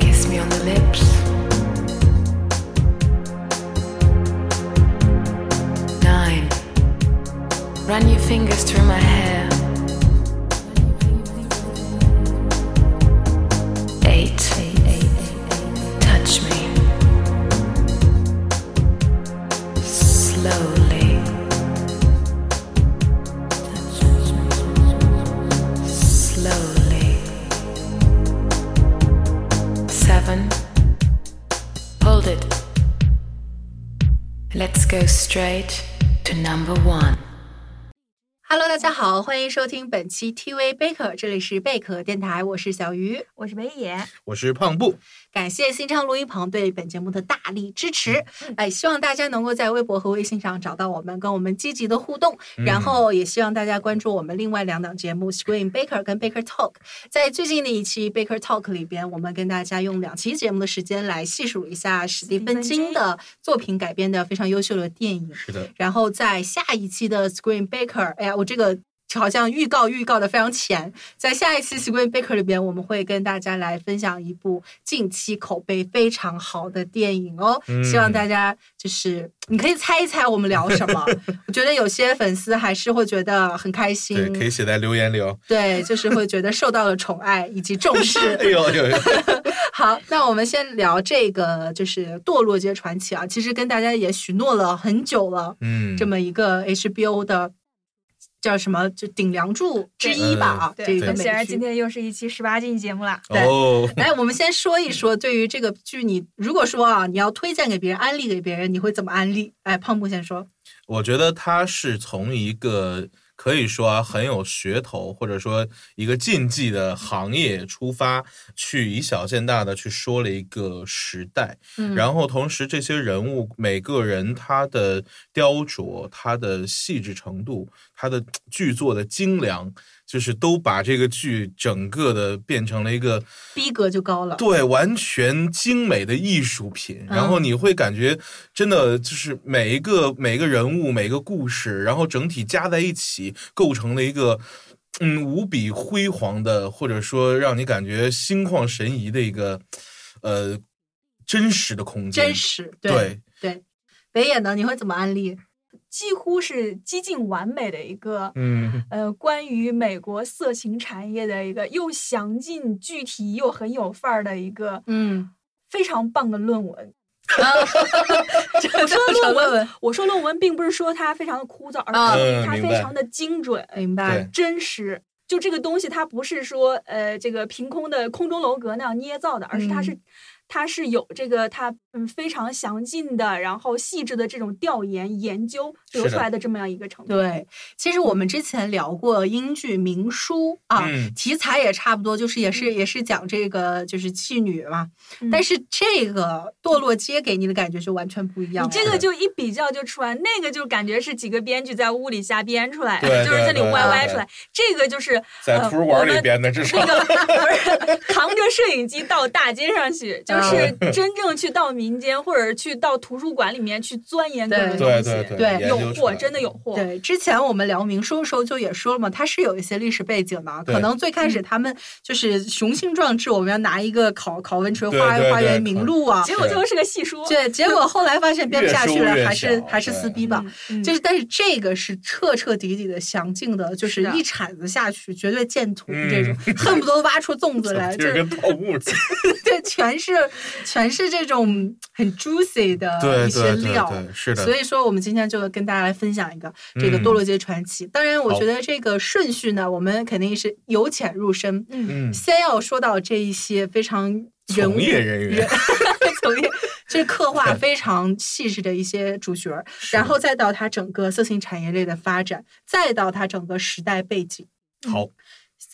Kiss me on the lips. Nine. Run your fingers through my hair. Eight. Touch me. Slowly. Slowly. Seven. Hold it. Let's go straight to number one. Hello，大家好，欢迎收听本期 TV Baker，这里是贝壳电台，我是小鱼。我是北野，我是胖布，感谢新昌录音棚对本节目的大力支持，哎，希望大家能够在微博和微信上找到我们，跟我们积极的互动，然后也希望大家关注我们另外两档节目 Screen Baker 跟 Baker Talk。在最近的一期 Baker Talk 里边，我们跟大家用两期节目的时间来细数一下史蒂芬金的作品改编的非常优秀的电影。是的，然后在下一期的 Screen Baker，哎呀，我这个好像预告预告的非常浅，在下一期 Screen Baker 里边，我们会跟大家来分享一部近期口碑非常好的电影哦，嗯希望大家就是你可以猜一猜我们聊什么， 我觉得有些粉丝还是会觉得很开心，对，可以写在留言里哦。对就是会觉得受到了宠爱以及重视 哎。呦哎 呦，哎呦好，那我们先聊这个就是《堕落街传奇》啊，其实跟大家也许诺了很久了。嗯，这么一个 HBO 的叫什么，就顶梁柱之一吧啊，这对，一个很美显然今剧。天又是一期十八禁节目啦。哦，来，我们先说一说对于这个剧，你如果说啊，你要推荐给别人、安利给别人，你会怎么安利？哎，胖木先说，我觉得他是从一个可以说啊很有噱头，或者说一个禁忌的行业出发，去以小见大的去说了一个时代。嗯然后同时这些人物每个人他的雕琢、他的细致程度、他的剧作的精良，就是都把这个剧整个的变成了一个。逼格就高了。对，完全精美的艺术品。然嗯后你会感觉真的就是每一个每个人物、每个故事，然后整体加在一起，构成了一个。嗯，无比辉煌的，或者说让你感觉心旷神怡的一个，呃，真实的空间。真实，对对。北野呢？你会怎么安利？几乎是几近完美的一个，嗯，呃，关于美国色情产业的一个又详尽、具体又很有范儿的一个 嗯，非常棒的论文。我说论论文，我说论文，并不是说它非常的枯燥，啊而是因为它嗯明非白常的精准、明白对？真实。就这个东西，它不是说呃这个凭空的空中楼阁那样捏造的，而是它嗯是、它是有这个它嗯非常详尽的，然后细致的这种调研研究得是出的来的这么样一个成果。对，其实我们之前聊过英剧《明书》啊，嗯题材也差不多，就是也是也是讲这个就是妓女嘛。嗯但是这个《堕落街》给你的感觉就完全不一样你了。这是个的就一比较就出来，那个就感觉是几个编剧在屋里瞎编出来，的，对就是这里对对歪歪对出来。这个就是在图书馆里。呃我们边的，至少那个不是扛着摄影机到大街上去，嗯就是真正去到民间或者去到图书馆里面去钻研各对种对东西。对对研有究出货，来真的有货。对，之前我们聊《明书》的时候就也说了嘛，它是有一些历史背景的，啊可对能最开嗯始他们就是雄心壮志，我们要拿一个考考文垂对花对花对园考名录啊，结果最后是个细说。 对，结果后来发现编不越下收去了，越还是小还是对撕逼吧。嗯，就是是，但是这个是彻彻底底的详尽的，就是的一铲子下去，绝对见土嗯这种，恨不得挖出粽 子来，就就是是跟盗墓 似的。对，全是全是这种很 juicy 的对一些对对料。对，是的所。以说，我们今天就跟大家来分享一个这个《嗯堕落街传奇》当然，我好觉得这个顺序呢，我们肯定是由浅入深，嗯，嗯，先要说到这一些非常人物从业人员人从业，就是刻画非常细致的一些主角儿，然后再到它整个色情产业类的发展，再到它整个时代背景好，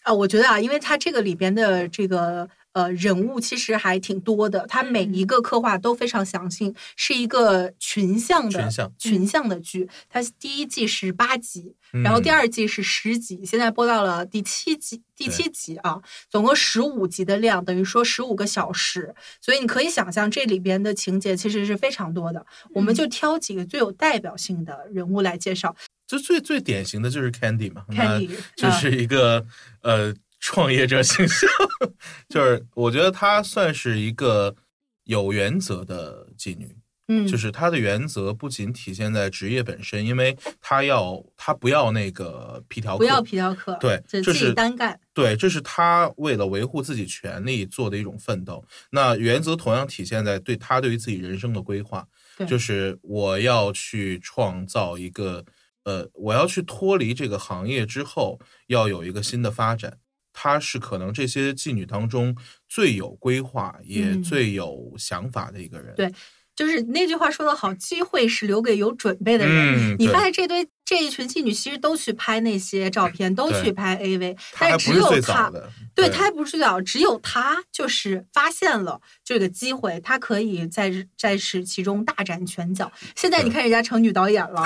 啊，我觉得啊，因为它这个里边的这个。呃，人物其实还挺多的，它每嗯一个刻画都非常详细，是一个群像的群像群像的剧。它第一季是八集，然后第嗯二季是十集，现在播到了第七集，第对七集啊，总共十五集的量，等于说十五个小时，所以你可以想象这里边的情节其实是非常多的。我们就挑几个最有代表性的人物来介绍。嗯就最最典型的就是 Candy 嘛 Candy，那就是一个、呃创业者形象， 就是我觉得她算是一个有原则的妓女。嗯，就是她的原则不仅体现在职业本身，因为她要她不要那个皮条客，不要皮条客，对就这自己是单干。对，这是她为了维护自己权利做的一种奋斗。那原则同样体现在对她对于自己人生的规划对，就是我要去创造一个，呃，我要去脱离这个行业之后，要有一个新的发展。她是可能这些妓女当中最有规划，也嗯最有想法的一个人。对就是那句话说的好，机会是留给有准备的人。嗯你发现对这堆这一群妓女其实都去拍那些照片，都对去拍 AV，她还但不只是有最早她，的，对她还不是最早，只有她就是发现了这个机会，她可以在在是其中大展拳脚。现在你对看人家成女导演 了，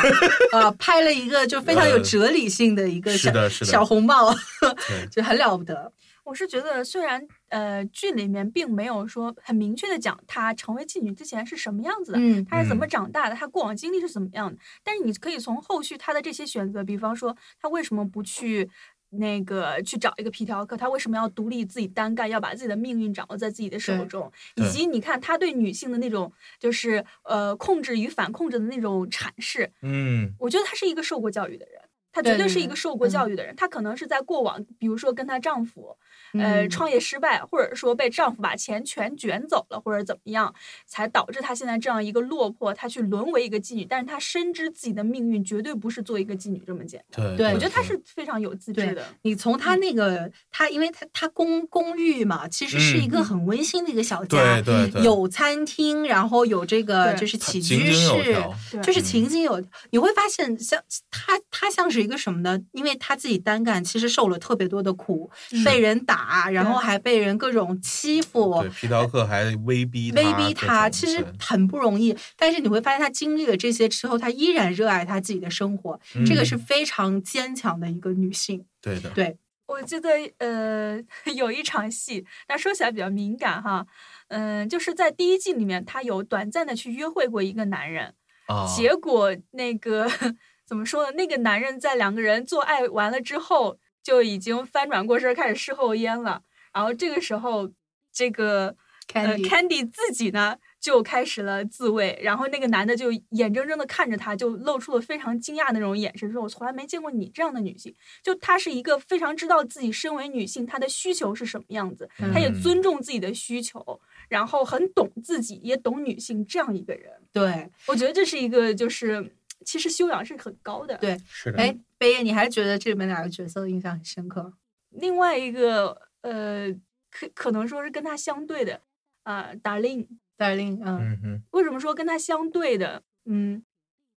呃，拍了一个就非常有呃哲理性的一个是小的是的小红帽， 对就很了不得。我是觉得，虽然呃剧里面并没有说很明确的讲她成为妓女之前是什么样子的，嗯她是怎么嗯长大的，她过往经历是怎么样的，但是你可以从后续她的这些选择，比方说她为什么不去。那个去找一个皮条客，她为什么要独立自己单干，要把自己的命运掌握在自己的手对中？以对及你看她对女性的那种，就是呃控制与反控制的那种阐释，嗯，我觉得她是一个受过教育的人，她对绝对对是一对个受过嗯教育的人。她可能是在过往，比如说跟她丈夫，呃，嗯创业失败，或者说被丈夫把钱全卷走了，或者怎么样，才导致她现在这样一个落魄，她去沦为一个妓女。但是她深知自己的命运绝对不是做一个妓女这么简单。对对我觉得她是非常有自制嗯对的。你从嗯他那个他，因为他他公公寓嘛，其实是一个很温馨的一个小家，嗯对对对，有餐厅，然后有这个对就是起井居井有室，条，对就是情景有，你会发现像他他像是一个什么呢？因为他自己单干，其实受了特别多的苦，嗯被人打，然后对还被人各种欺负对。皮条客还威逼威逼他他，各种，其实对很不容易。但是你会发现，他经历了这些之后，他依然热爱他自己的生活，这个嗯是非常坚强的一个女性。对的，对，我记得呃 有一场戏，但说起来比较敏感哈，嗯、就是在第一季里面，她有短暂的去约会过一个男人，啊，结果那个 怎么说呢？那个男人在两个人做爱完了之后，就已经翻转过身，开始事后烟了。然后这个时候，这个呃 Candy Candy 自己呢就开始了自慰，然后那个男的就眼睁睁的看着她，就露出了非常惊讶的那种眼神，说：“我从来没见过你这样的女性。”就她是一个非常知道自己身为女性她的需求是什么样子，她也嗯尊重自己的需求，然后很懂自己，也懂女性这样一个人。对，我觉得这是一个，就是其实修养是很高的。对是的，哎，贝爷，你还觉得这里面哪个角色印象很深刻？另外一个，呃，可可能说是跟他相对的啊、达令。达令，嗯，嗯哼，为什么说跟他相对的？嗯，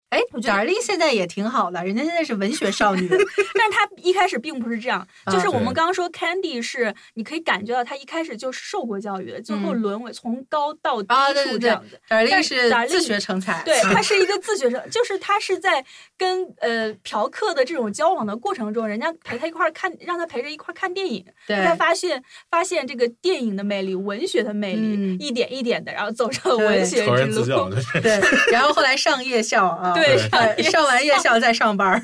哎，达令现在也挺好的，人家现在是文学少女，但是他一开始并不是这样，啊就是我们对刚刚说 Candy 是，你可以感觉到他一开始就是受过教育的，最后嗯沦为从高到低啊对处对这对样子。达令但是达自令学成才， 对，他是一个自学生，就是他是在跟呃嫖客的这种交往的过程中，人家陪他一块儿看，让他陪着一块儿看电影，对他发现发现这个电影的魅力、文学的魅力，嗯一点一点的，然后走上了对文学成人之自路 教。的，对对，然后后来上夜校啊，对对呃上完夜校再上班儿，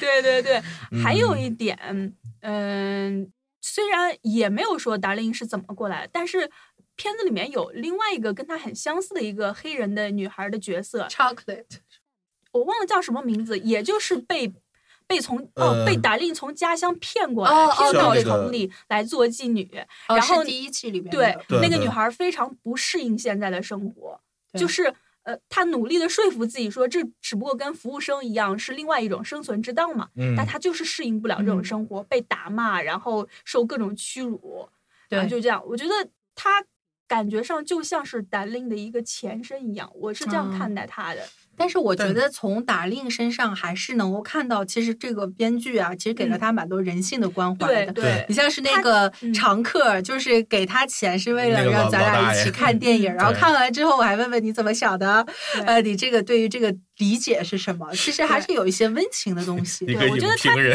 对对对，还有嗯一点，嗯、虽然也没有说达令是怎么过来，但是。片子里面有另外一个跟他很相似的一个黑人的女孩的角色， chocolate，我忘了叫什么名字，也就是被被从哦、呃被达令从家乡骗过来，哦哦骗到对城里来做妓女。哦然是后第一季里面对的，啊对那个对女孩非常不适应现在的生活，对就是呃，她努力的说服自己说，这只不过跟服务生一样，是另外一种生存之道嘛。嗯但她就是适应不了这嗯种生活，被打骂，然后受各种屈辱，然后对就这样。我觉得她感觉上就像是达令的一个前身一样，我是这样嗯看待她的。但是我觉但得从达令身上还是能够看到，其实这个编剧啊，其实给了嗯他蛮多人性的关怀对的。对你，像是那他个嗯常客，就是给他钱是为了那个让老咱老俩大一爷起看电影，嗯然后对看完之后我还问问你怎么想的，对呃，你这个对于这个理解是什么？其实还对是有一些温情的东西 一。对个我影觉得他评人，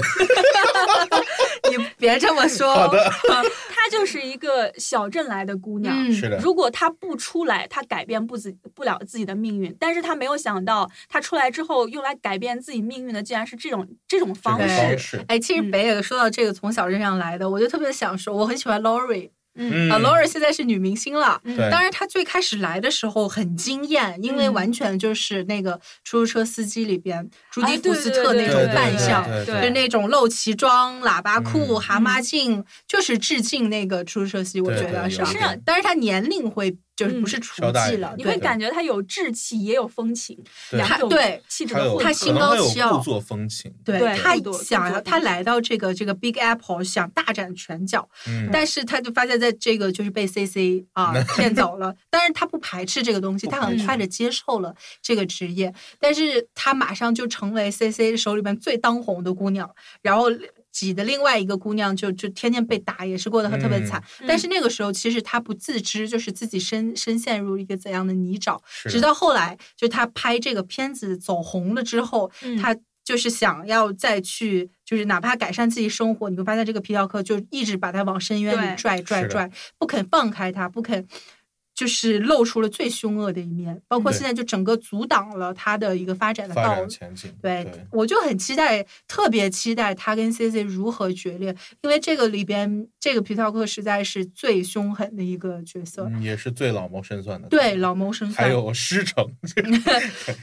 你别这么 说。好的，她就是一个小镇来的姑娘。嗯，是的，如果她不出来，她改变不自不了自己的命运。但是她没有想到，她出来之后用来改变自己命运的，竟然是这种这种这方种式。方式，哎，其实嗯北野说到这个从小镇上来的，我就特别想说，我很喜欢 Lori 嗯嗯啊，Lori 现在是女明星了。嗯对当然，她最开始来的时候很惊艳，因为嗯完全就是那个出租车司机里边朱啊迪对福斯对特对那对种对扮相，对对就是那种露脐装、喇叭裤、嗯蛤蟆镜，就是致敬那个出租车司机，我对觉对得有是啊一点。但是他年龄会就是不嗯是雏稍大一妓点了，你对会感觉她有志气，也有风情，对两她种对气质还的有混合。她心高可能气还有傲故作风情，对对他更多想更要多嗯他东西来到这个这个 Big Apple 想大展拳脚，嗯，但是他就发现在这个就是被 CC 啊骗走了，但是他不排斥这个东西，不他排很斥快的接受了这个职业，但是他马上就成为 CC 手里边最当红的姑娘，然后。挤的另外一个姑娘就就天天被打，也是过得很特别嗯惨。但是那个时候其实她不自知，就是自己深深陷入一个怎样的泥沼。是直到后来，就他拍这个片子走红了之后，嗯他就是想要再去，就是哪怕改善自己生活，你会发现这个皮条客就一直把他往深渊里对拽拽是的拽，不肯放开他，不肯。就是露出了最凶恶的一面，包括对现在就整个阻挡了他的一个发展的发道路展。前景，对，我就很期待，特别期待他跟 C C 如何决裂，因为这个里边这个皮条客实在是最凶狠的一个角色。嗯也是最老谋深算的，对，老谋深算，还有师承，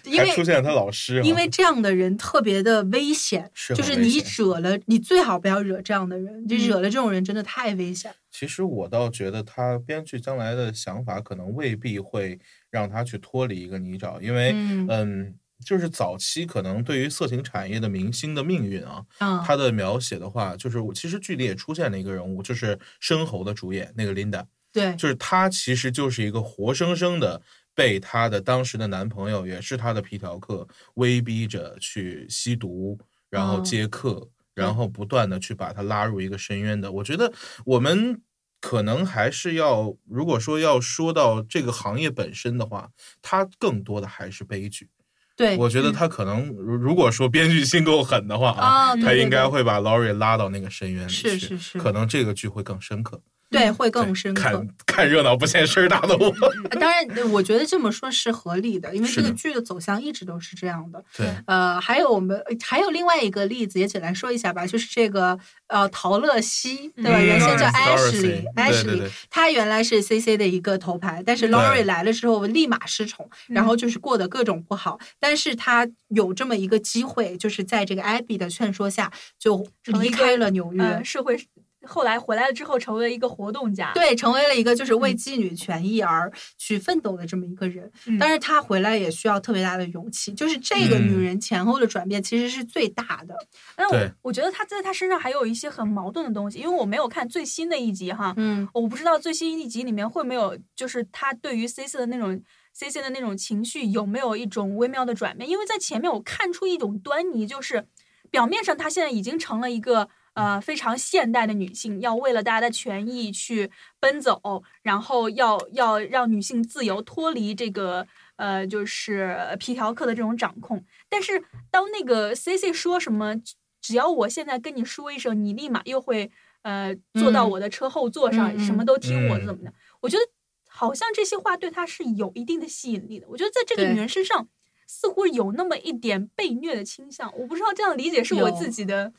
因为还出现了他老师哈，因为这样的人特别的危险，啊是就很是危你险惹了，你最好不要惹这样的人，你嗯惹了这种人真的太危险。其实我倒觉得他编剧将来的想法可能未必会让他去脱离一个泥沼，因为嗯嗯就是早期可能对于色情产业的明星的命运啊，啊，他的描写的话，就是我其实剧里也出现了一个人物，就是《生猴》的主演那个琳达，对，就是她其实就是一个活生生的被她的当时的男朋友，也是她的皮条客威逼着去吸毒，然后哦接客，然后不断的去把她拉入一个深渊的。我觉得我们可能还是要，如果说要说到这个行业本身的话，它更多的还是悲剧。对，嗯我觉得他可能，如如果说编剧心够狠的话啊，啊，对他对应该对会把 Laurie 拉到那个深渊里去。是是是，可能这个剧会更深刻，对会对更深刻看。看热闹不嫌事儿大的 我，呃当然，我觉得这么说是合理的，因为是这个的剧的走向一直都是这样的。对，呃，还有我们呃还有另外一个例子，也简单说一下吧，就是这个呃陶乐西，对吧？嗯原先叫 Dorothy，对对 Ashley，Ashley，对他原来是 C C 的一个头牌，但是 Lori 来了之后立马失宠，然嗯后就是过得各种不好。但是他有这么一个机会，就是在这个 Abby 的劝说下，就成离为一个开了纽约。呃，社会后来回来了之后，成为了一个活动家。对，成为了一个就是为妓女权益而去奋斗的这么一个人，嗯但是她回来也需要特别大的勇气，就是这嗯个女人前后的转变其实是最大的。但对我我觉得他在他身上还有一些很矛盾的东西，因为我没有看最新的一集哈，嗯，我不知道最新一集里面会没有，就是他对于 C C 的那种 C C 的那种情绪有没有一种微妙的转变？因为在前面我看出一种端倪，就是表面上她现在已经成了一个呃非常现代的女性，要为了大家的权益去奔走，然后要要让女性自由脱离这个呃就是皮条客的这种掌控。但是当那个 C C 说什么，只只要我现在跟你说一声，你立马又会呃坐到嗯我的车后座上，嗯什么嗯都听我的嗯怎么的。我觉得好像这些话对她是有一定的吸引力的。我觉得在这个对女人身上。似乎有那么一点被虐的倾向，我不知道这样理解是有我自己的，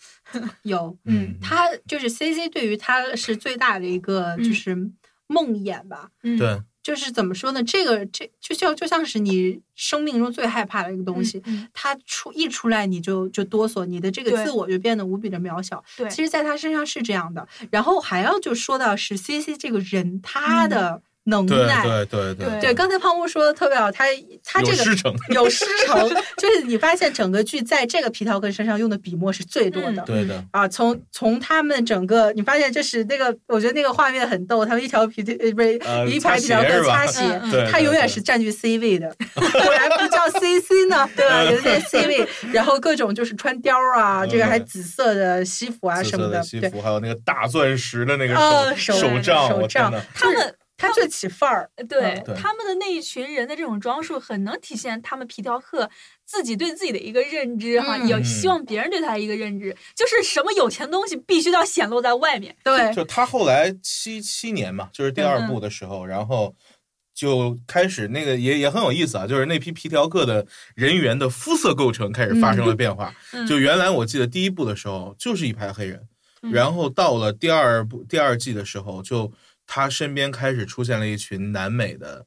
有，嗯她就是 C C 对于她是最大的一个就嗯是梦魇吧。嗯，对，就是怎么说呢？这个这就像就像是你生命中最害怕的一个东西，嗯它出一出来你就就哆嗦，你的这个对自我就变得无比的渺小。对其实在他身上是这样的。然后还要就说到是 C C 这个人，嗯他的能对耐。对对对对对，刚才胖木说的特别好，他他这有个师承，有 师承，就是你发现整个剧在这个皮条客身上用的笔墨是最多的。嗯对的，啊，从从他们整个，你发现就是那个，我觉得那个画面很逗，他们一条皮呃不是、呃一排擦皮条鞋客是擦吧鞋，嗯嗯对他对永远对是占据 C 位的，果然不叫 CC 呢，对 吧？有点 C 位，然后各种就是穿貂儿啊，这个还嗯紫色的西服啊紫什色么的的，西对，服，还有那个大钻石的那个啊手手手杖，手我天杖呐，他们他最起范儿，对嗯对他们的那一群人的这种装束，很能体现他们皮条客自己对自己的一个认知哈，嗯也希望别人对他的一个认知，就是什么有钱东西必须要显露在外面。对，就他后来七七年嘛，就是第二部的时候，然后就开始那个也也很有意思啊，就是那批皮条客的人员的肤色构成开始发生了变化。嗯就原来我记得第一部的时候就是一排黑人，嗯然后到了第二部第二季的时候，就他身边开始出现了一群南美的。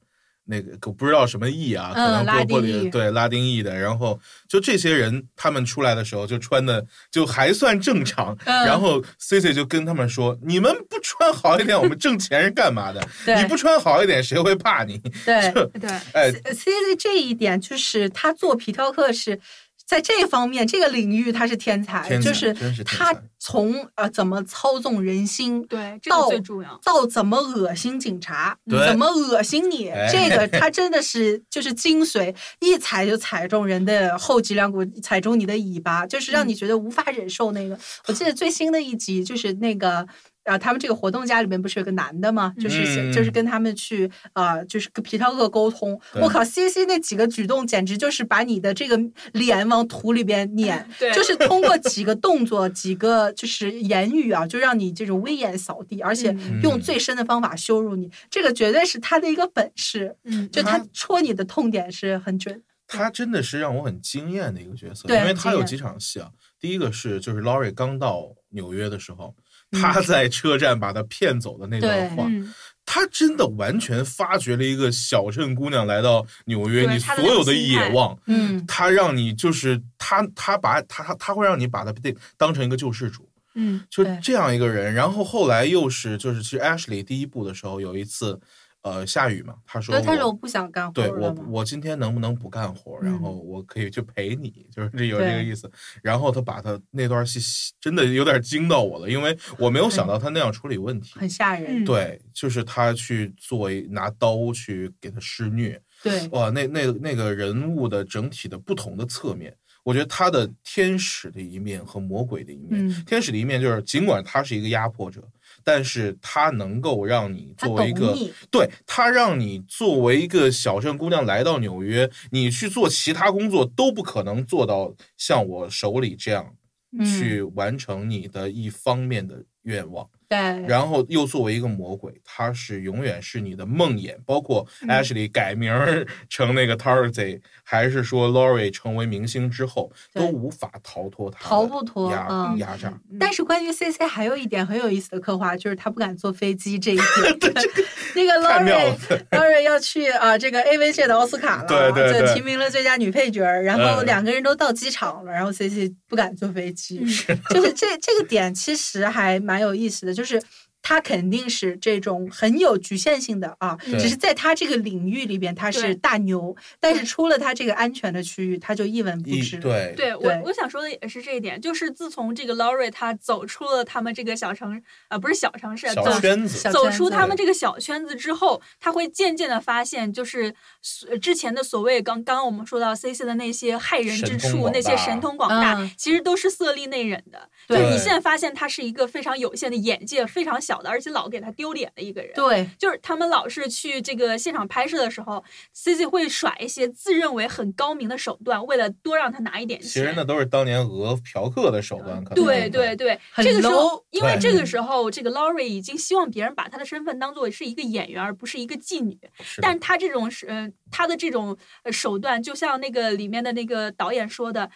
那个我不知道什么裔啊，可嗯能拉波丁波里裔对拉丁裔的，然后就这些人他们出来的时候就穿的就还算正常，嗯然后 C C 就跟他们说：“你们不穿好一点，我们挣钱是干嘛的？ 对你不穿好一点，谁会怕你对。对，哎， C C 这一点就是他做皮条客是在这方面这个领域他是天才，天才就是真是天才他从呃怎么操纵人心。对，这到个最重要。到怎么恶心警察，对怎么恶心你，哎这 个他真的是就是精髓，一踩就踩中人的后脊梁骨，踩中你的尾巴，就是让你嗯觉得无法忍受那个。我记得最新的一集就是那个。啊，他们这个活动家里面不是有个男的吗？就是嗯就是跟他们去呃，就是跟皮条客沟通。对我靠，C C 那几个举动简直就是把你的这个脸往土里边碾， 对就是通过几个动作、几个就是言语啊，就让你这种威严扫地，而且嗯用最深的方法羞辱你，这个绝对是他的一个本事。嗯，就他他戳你的痛点是很准，他真的是让我很惊艳的一个角色，对因为他有很惊艳几场戏啊。第一个是就是 Laurie 刚到纽约的时候，他在车站把他骗走的那段嗯对话，嗯，他真的完全发掘了一个小镇姑娘来到纽约，对你她所的有的心野态望，嗯，他让你就是他他把他他他会让你把他当成一个救世主。嗯，就对这样一个人。然后后来又是就是其实 Ashley 第一部的时候有一次，呃，下雨嘛，他说所以他说我我。不想干活对了我嘛，，我今天能不能不干活？然后我可以去陪你，就是这有这个对意思。然后他把他那段戏真的有点惊到我了，因为我没有哎想到他那样处理问题。很吓人，嗯对，就是他去做一拿刀去给他施虐，对，哇，那那那个人物的整体的不同的侧面，我觉得他的天使的一面和魔鬼的一面，嗯天使的一面就是尽管他是一个压迫者，但是他能够让你他作为一懂个你对他让你作为一个小镇姑娘来到纽约，你去做其他工作都不可能做到像我手里这样嗯去完成你的一方面的愿望。对，然后又作为一个魔鬼，他是永远是你的梦魇，包括嗯 Ashley 改名儿 成那个 Tarzay，、还是说 Laurie 成为明星之后，对都无法逃脱他的逃不脱压、嗯压榨。但是关于 C C 还有一点很有意思的刻画，就是他不敢坐飞机这一 点。 那个太妙了 Laurie Laurie 要去啊、这个 AV 界的奥斯卡了，对对对就提名了最佳女配角儿，然后嗯两个人都到机场了，然后 C C 不敢坐飞机，嗯 就是这这个点其实还蛮有意思的，就是。他肯定是这种很有局限性的啊，对只是在他这个领域里边他是对大牛，但是对出了他这个安全的区域，他就一文不一值。对对我对我想说的也是这一点，就是自从这个 Laurie 他走出了他们这个小城，啊，不是小城市，走小圈子小走圈出子他们这个小圈子之后，他会渐渐的发现，就是所之前的所谓刚刚刚我们说到 C C 的那些害人神通之处，广大那些神通广大，嗯其实都是色厉内荏的。就对是你现在发现他是一个非常有限的眼界非常小的，而且老给他丢脸的一个人。对，就是他们老是去这个现场拍摄的时候，C C 会耍一些自认为很高明的手段，为了多让他拿一点其实钱那。都是当年俄嫖客的手段，可能对对对对，很这个时候 low，因为对嗯这个时候，这个 Laurie 已经希望别人把她的身份当做是一个演员，而不是一个妓女。是的但她这种是，呃，她的这种呃手段，就像那个里面的那个导演说的，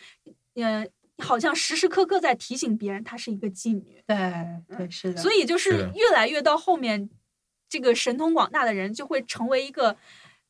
嗯、好像时时刻刻在提醒别人她是一个妓女。对对是的，嗯所以就是是的越来越到后面，这个神通广大的人就会成为一个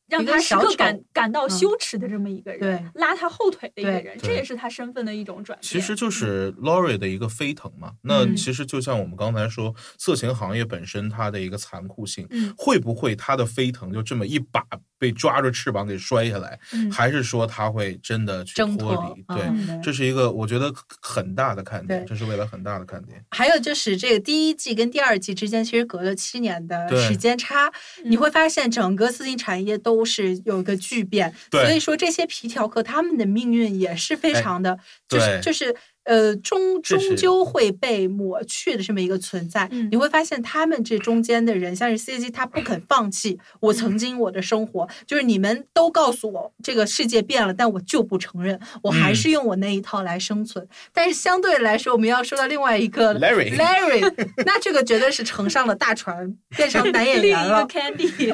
让一个他时小刻丑嗯感感到羞耻的这么一个人，拉他后腿的一个对人，对这也是他身份的一种转变。其实就是 Laurie 的一个飞腾嘛。那嗯其实就像我们刚才说，色情行业本身它的一个残酷性，嗯会不会它的飞腾就这么一把被抓住翅膀给摔下来，嗯还是说它会真的去挣脱脱离？，对。嗯这是一个我觉得很大的看点，对这是未来很大的看点。还有就是这个第一季跟第二季之间其实隔了七年的对时间差，嗯你会发现整个色情产业都是有一个巨变，对所以说这些皮条客他们的命运也是非常的，哎就是就是呃，终这终是究会被抹去的这么一个存在。嗯你会发现，他们这中间的人，像是 C G，他不肯放 弃我曾经我的生活，就是你们都告诉我这个世界变了，但我就不承认，我还嗯是用我那一套来生存。但是相对来说，我们要说到另外一个 Larry Larry，那这个绝对是乘上了大船，变成男演 另一员了个。Candy，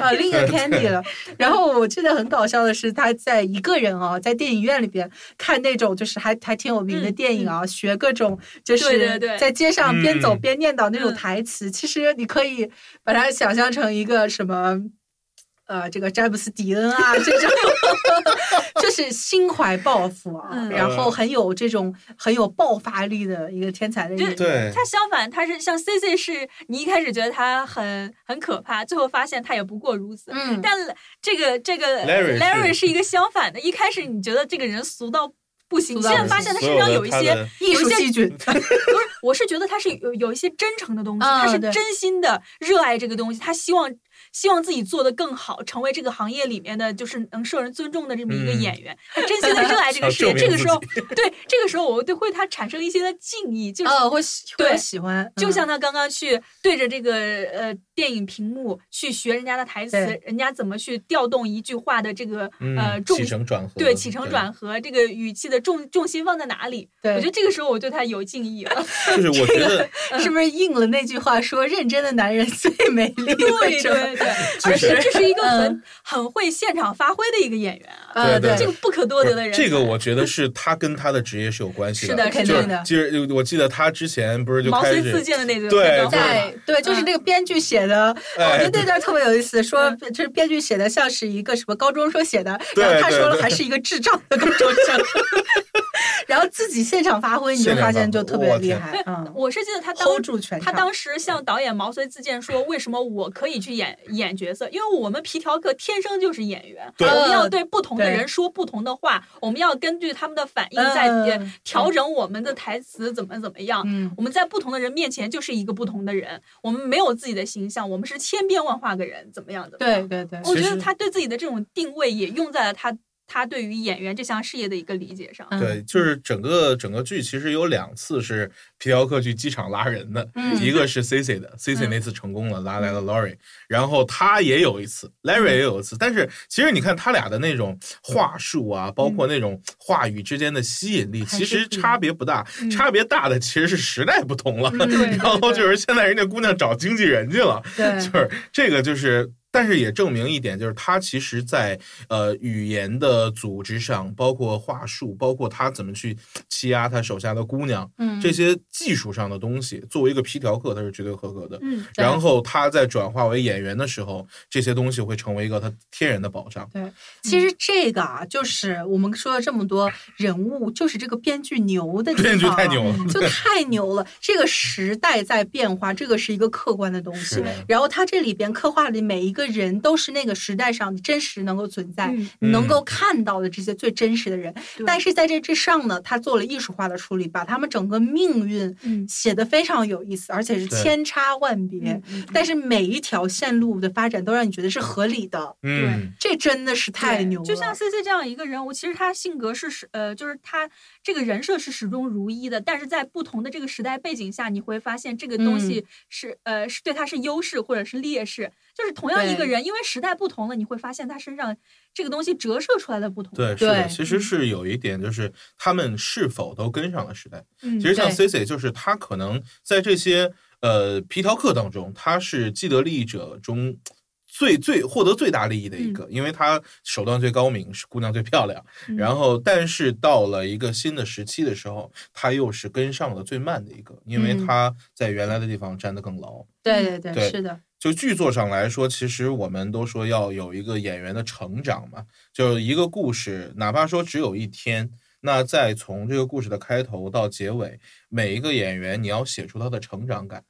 啊，另一个 Candy 了。然后我记得很搞笑的是，他在一个人啊，在电影院里边看那种就是还还挺有名的嗯电影啊，学各种就对对是对在街上边走嗯边念叨那种嗯台词。其实你可以把它想象成一个什么。呃，这个詹姆斯·迪恩啊，这种 就是心怀抱负啊，嗯然后很有这种很有爆发力的一个天才的就人，对，他相反，他是像 C C 是你一开始觉得他很很可怕，最后发现他也不过如此。嗯，但这个这个 Larry 是 Larry 是一个相反的，一开始你觉得这个人俗到不行，俗到现在不发行现他所身上的有一他些的艺术细菌，不是，我是觉得他是有有一些真诚的东西，啊他是对真心的热爱这个东西，他希望希望自己做得更好，成为这个行业里面的就是能受人尊重的这么一个嗯演员，他真心的热哎爱这个事 业。想证这明个自时候，对这个时候，我对会他产生一些的敬意，就是。呃，会喜会对喜欢，就嗯像他刚刚去对着这个呃电影屏幕去学人家的台词对，人家怎么去调动一句话的这个、呃嗯重起承转合，对起承转合，这个语气的重重心放在哪里？对我觉得这个时候我对他有敬意了。就是我觉得 是不是应了那句话说“认真的男人最美丽”对那种？ 对对，就而且是这是一个嗯很很会现场发挥的一个演员啊，啊，对这个不可多得的人才。这个我觉得是他跟他的职业是有关系是的肯就定的是记得我记得他之前不是就毛开遂自始荐的那种。对那种对哎话在对，就是那个编剧写的，我觉得那段特别有意思，说就是编剧写的像是一个什么高中生写的，嗯对然后他说了对还是一个智障的高中 生，然后自己现场发挥，你就现场发发现就特别我厉天害，嗯我是记得他当，hold 住全他场。当时向导演毛遂自荐说：“为什么我可以去演演角色？因为我们皮条客天生就是演员，我对们要嗯对不同的对人说不同的话，我们要根据他们的反应嗯再嗯调整我们的台词怎么怎么样。嗯我们在不同的人面前就是一个不同的人，我们没有自己的形象，我们是千变万化的人，怎么样怎么对样。对对，我觉其得实他对自己的这种定位也用在了他他对于演员这项事业的一个理解上。 嗯对，就是整个整个剧其实有两次是皮条客去机场拉人的，嗯一个是 C C 的，C C 嗯那次成功了，拉来了 Larry，然后他也有一次，Larry 嗯也有一次，但是其实你看他俩的那种话术啊，包括那种话语之间的吸引力，嗯还其是实不一样差别不大，嗯差别大的其实是时代不同了，嗯对 然后对就是现在人家姑娘找经纪人去了，对 就是这个就是。但是也证明一点，就是他其实在，呃语言的组织上，包括话术，包括他怎么去欺压他手下的姑娘，嗯这些技术上的东西，作为一个皮条客，他是绝对合格的。嗯，对然后他在转化为演员的时候，这些东西会成为一个他天然的保障。对，其实这个啊，就是我们说了这么多人物，就是这个编剧牛的地编剧方啊太牛了，就太牛了！这个时代在变化，这个是一个客观的东西是的。然后它这里边刻画的每一个人都是那个时代上真实能够存在、嗯你能够看到的这些最真实的人。对但是在这之上呢，他做了艺术化的处理，把他们整个命运嗯写得非常有意思，而且是对千差万别嗯嗯嗯。但是每一条线路的发展都让你觉得是合理的，嗯，这真的是太对牛了。就像 C C 这样一个人物，其实他性格是始呃，就是他这个人设是始终如一的，但是在不同的这个时代背景下，你会发现这个东西嗯是、呃是对他是优势或者是劣势。就是同样一个对人，因为时代不同了，你会发现他身上这个东西折射出来的不同。对，是的，对嗯其实是有一点，就是他们是否都跟上了时代。嗯，其实像对 C C，就是他可能在这些呃皮条客当中，他是既得利益者中最最获得最大利益的一个，因为他手段最高明，是姑娘最漂亮。嗯然后，但是到了一个新的时期的时候，他又是跟上了最慢的一个，因为嗯他在原来的地方站得更牢。对对对，嗯对是的，就剧作上来说，其实我们都说要有一个演员的成长嘛，就一个故事，哪怕说只有一天，那再从这个故事的开头到结尾，每一个演员你要写出他的成长感。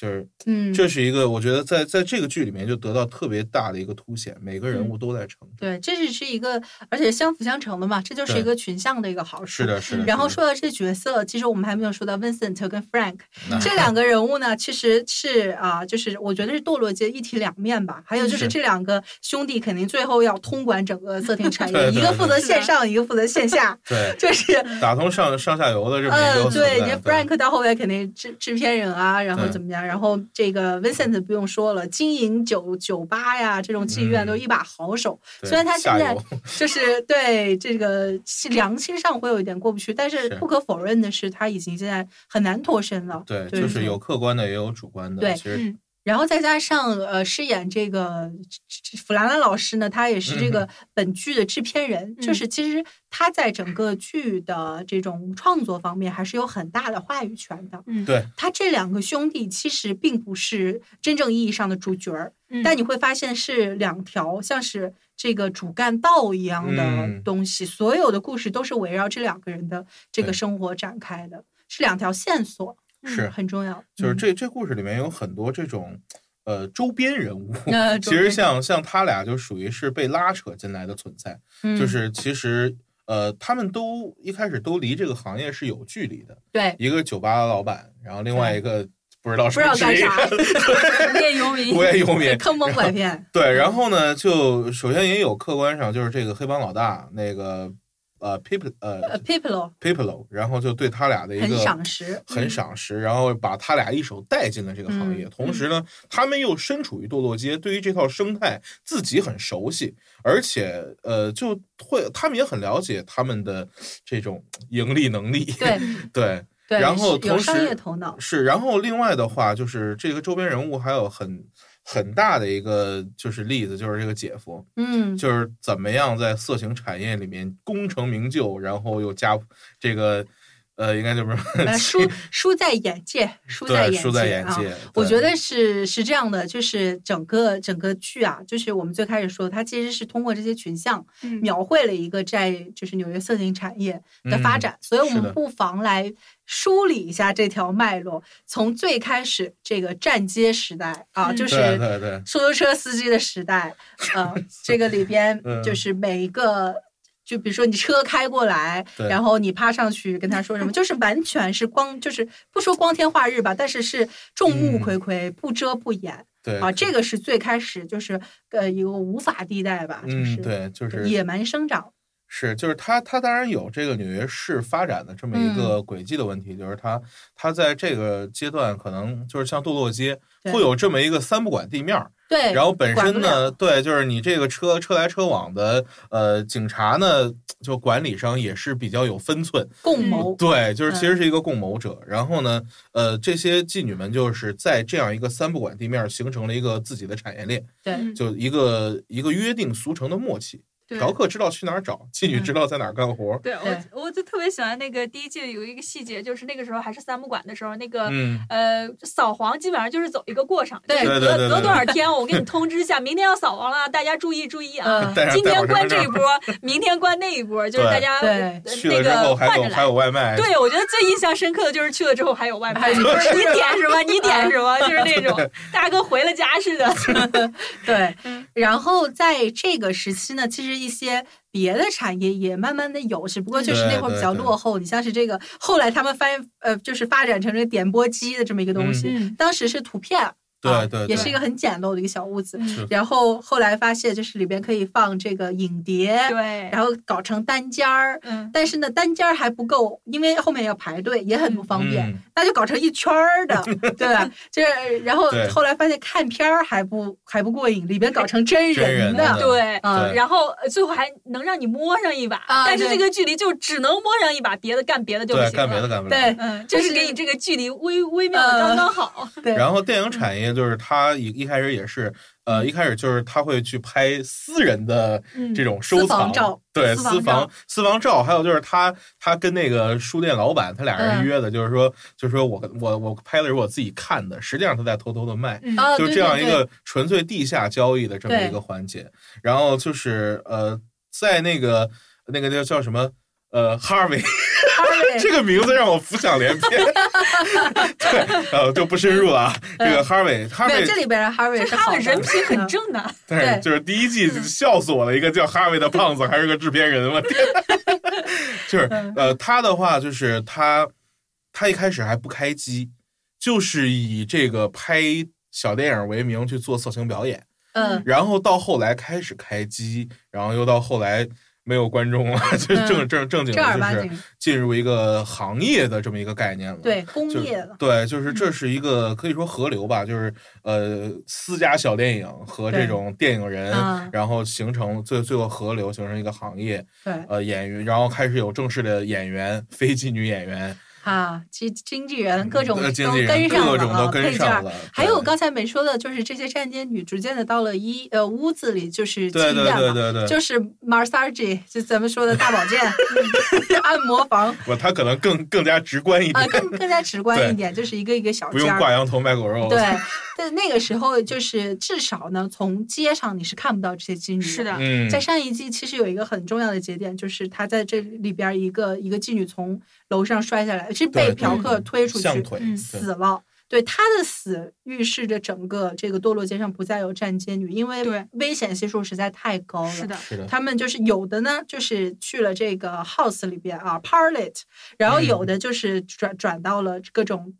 就是嗯，这是一个我觉得在在这个剧里面就得到特别大的一个凸显，每个人嗯物都在成长。对，这只是一个，而且相辅相成的嘛，这就是对一个群像的一个好处。是的，是的。嗯然后是说到这角色，其实我们还没有说到 Vincent 跟 Frank 的这两个人物呢，其实是啊、就是我觉得是堕落街一体两面吧。还有就是是这两个兄弟肯定最后要通管整个色情产业，对对一个对，负责是线的上，一个负责线下对就是打通上上下游的这么一个嗯，存在、对，你 Frank 到后面肯定制制片人啊，然后对怎么样？然后这个 Vincent 不用说了，经营酒酒吧呀，这种妓院嗯都一把好手。对虽然他现下在游就是对这个心良心上会有一点过不去，但是是不可否认的是，他已经现在很难脱身了。对，对就是有客观的，也有主观的。对其实嗯然后再加上呃，饰演这个这这弗兰兰老师呢，他也是这个本剧的制片人，嗯就是其实他在整个剧的这种创作方面还是有很大的话语权的。嗯，对他这两个兄弟其实并不是真正意义上的主角儿，嗯但你会发现是两条像是这个主干道一样的嗯东西，所有的故事都是围绕这两个人的这个对生活展开的，是两条线索，是很重要。就是嗯，这这故事里面有很多这种呃周边人物。那其实像像他俩就属于是被拉扯进来的存在，就、嗯是其实呃他们都一开始都离这个行业是有距离的，对。一个是酒吧老板，然后另外一个不知道不知道干啥，。无业游民无业游民 坑蒙拐骗，对，然后呢，就首先也有客观上就是这个黑帮老大那个呃 Pip 呃 呃 p i p l o Piplo，然后就对他俩的一很个赏 识，很赏识，然后把他俩一手带进了这个行业。嗯同时呢，他们又身处于堕落街，对于这套生态自己很熟悉，而且呃，就会他们也很了解他们的这种盈利能力。对 对对，然后是有同商时业头脑，是，然后另外的话就是这个周边人物还有很很大的一个就是例子，就是这个姐夫，嗯， 就是怎么样在色情产业里面功成名就，然后又加这个呃，应该就是呃，输输在眼界，输在眼对界，输在眼啊界。我对觉得是是这样的，就是整个整个剧啊，就是我们最开始说，它其实是通过这些群像嗯描绘了一个在就是纽约色情产业的发展，所以我嗯是们的不妨来梳理一下这条脉络，从最开始这个站街时代啊，嗯就对是对对，出租车司机的时代， 呃，这个里边嗯就是每一个，就比如说你车开过来，对然后你趴上去跟他说什么，就是完全是光，就是不说光天化日吧，但是是众目睽睽，不遮不掩嗯对啊，这个是最开始就是呃一个无法地带吧，就嗯，是对，就是野蛮生长，是就是他他当然有这个纽约市发展的这么嗯一个轨迹的问题，就是他他在这个阶段可能就是像堕落街对会有这么一个三不管地面儿，对，然后本管不身了呢，对，就是你这个车车来车往的，呃，警察呢就管理上也是比较有分寸，共谋，对，就是其嗯实是一个共谋者。然后呢，呃，这些妓女们就是在这样一个三不管地面儿形成了一个自己的产业链，对嗯就一个一个约定俗成的默契。对嫖客知道去哪儿找，妓女知道在哪儿干活儿。对嗯对我，我就特别喜欢那个第一季有一个细节，就是那个时候还是三不管的时候，那个、嗯，呃扫黄基本上就是走一个过场，对就是对对对隔隔对多少天我 给你通知一下，明天要扫黄了，大家注意注意啊！嗯，带上今带天好关身份这一证波，明天关那一波，就是对大家对呃去那了之个后还换着有还来有。外卖，对，我觉得最印象深刻的就是去了之后还有外卖，哎你点什么你点什么， 就是那种大哥回了家似的。对嗯，然后在这个时期呢，其实一些别的产业也慢慢的有，只不过就是对那会儿比对较对落后。你像是这个后来他们发现，呃，就是发展成这个点播机的这么一个东西，嗯嗯当时是图片，对啊对也对是一个很简陋的一个小屋子。嗯是然后后来发现，就是里边可以放这个影碟，对，然后搞成单间儿。嗯，但是呢，单间儿还不够，因为后面要排队，也很不方便。嗯那就搞成一圈儿 的，对吧？就是然后对后来发现看片儿还不还不过瘾，里边搞成真真人人的，的对，嗯对然后呃最后还能让你摸上一把，啊但是对这个距离就只能摸上一把，别的干别的就不对，行了。干别的干嗯不了。对嗯，就是给你这个距离微微妙的刚刚好。对然后电影产业就是他一一开始也是，呃，一开始就是他会去拍私人的嗯这种收私房藏，照对私私房照房私房照，还有就是他他跟那个书店老板他俩嗯人约的，就是说就是说我我我拍的是我自己看的，实际上他在偷偷的卖。嗯啊，就对这样对一对个纯粹地下交易的这么对一个环节，然后就是呃，在那个那个叫叫什么呃，Harvey，这 个名字让我浮想联翩。 对，呃，就不深入了啊。这个 Harvey，Harvey，嗯没有这里边的 Harvey 是他好的的嗯人品很嗯正啊的，但对嗯是就是第一季笑死我了，一个叫哈维的胖子，还是个制片人，我 天！就是嗯呃，他的话就是他，他一开始还不开机，就是以这个拍小电影为名去做色情表演，嗯然后到后来开始开机，然后又到后来没有观众了， 就是正正正经嗯正儿的八就是经进入一个行业的这么一个概念了。对工就是业了。嗯对，就是这是一个可以说河流吧，就是呃私家小电影和这对种电影人啊，然后形成最最后河流形成一个行业，对呃演员，然后开始有正式的演员，非妓女演员，啊，经经纪人各种呃都经纪跟人上了啊，各种都配跟件儿上了。还有对刚才没说的，就是这些站街女逐渐的到了一呃屋子里，就是妓对对院对嘛，对对，就是 massage，就咱们说的大保 健、按摩房我他可能更更加直观一啊、点，更更加直观对一点，就是一个一个小不间用挂儿。羊头卖狗肉。对，但那个时候就是至少呢，从街上你是看不到这些妓女。是的，嗯，在上一季其实有一个很重要的节点，就是她在这里边儿一个一个妓女从楼上摔下来，是被对嫖对客推出去，象腿嗯对死了。对她的死预示着整个这个堕落街上不再有站街女，因为对危险系数实在太高了。是的，是的，他们就是有的呢，就是去了这个 house 里边啊 parlet，然后有的嗯就是转、转到了各种，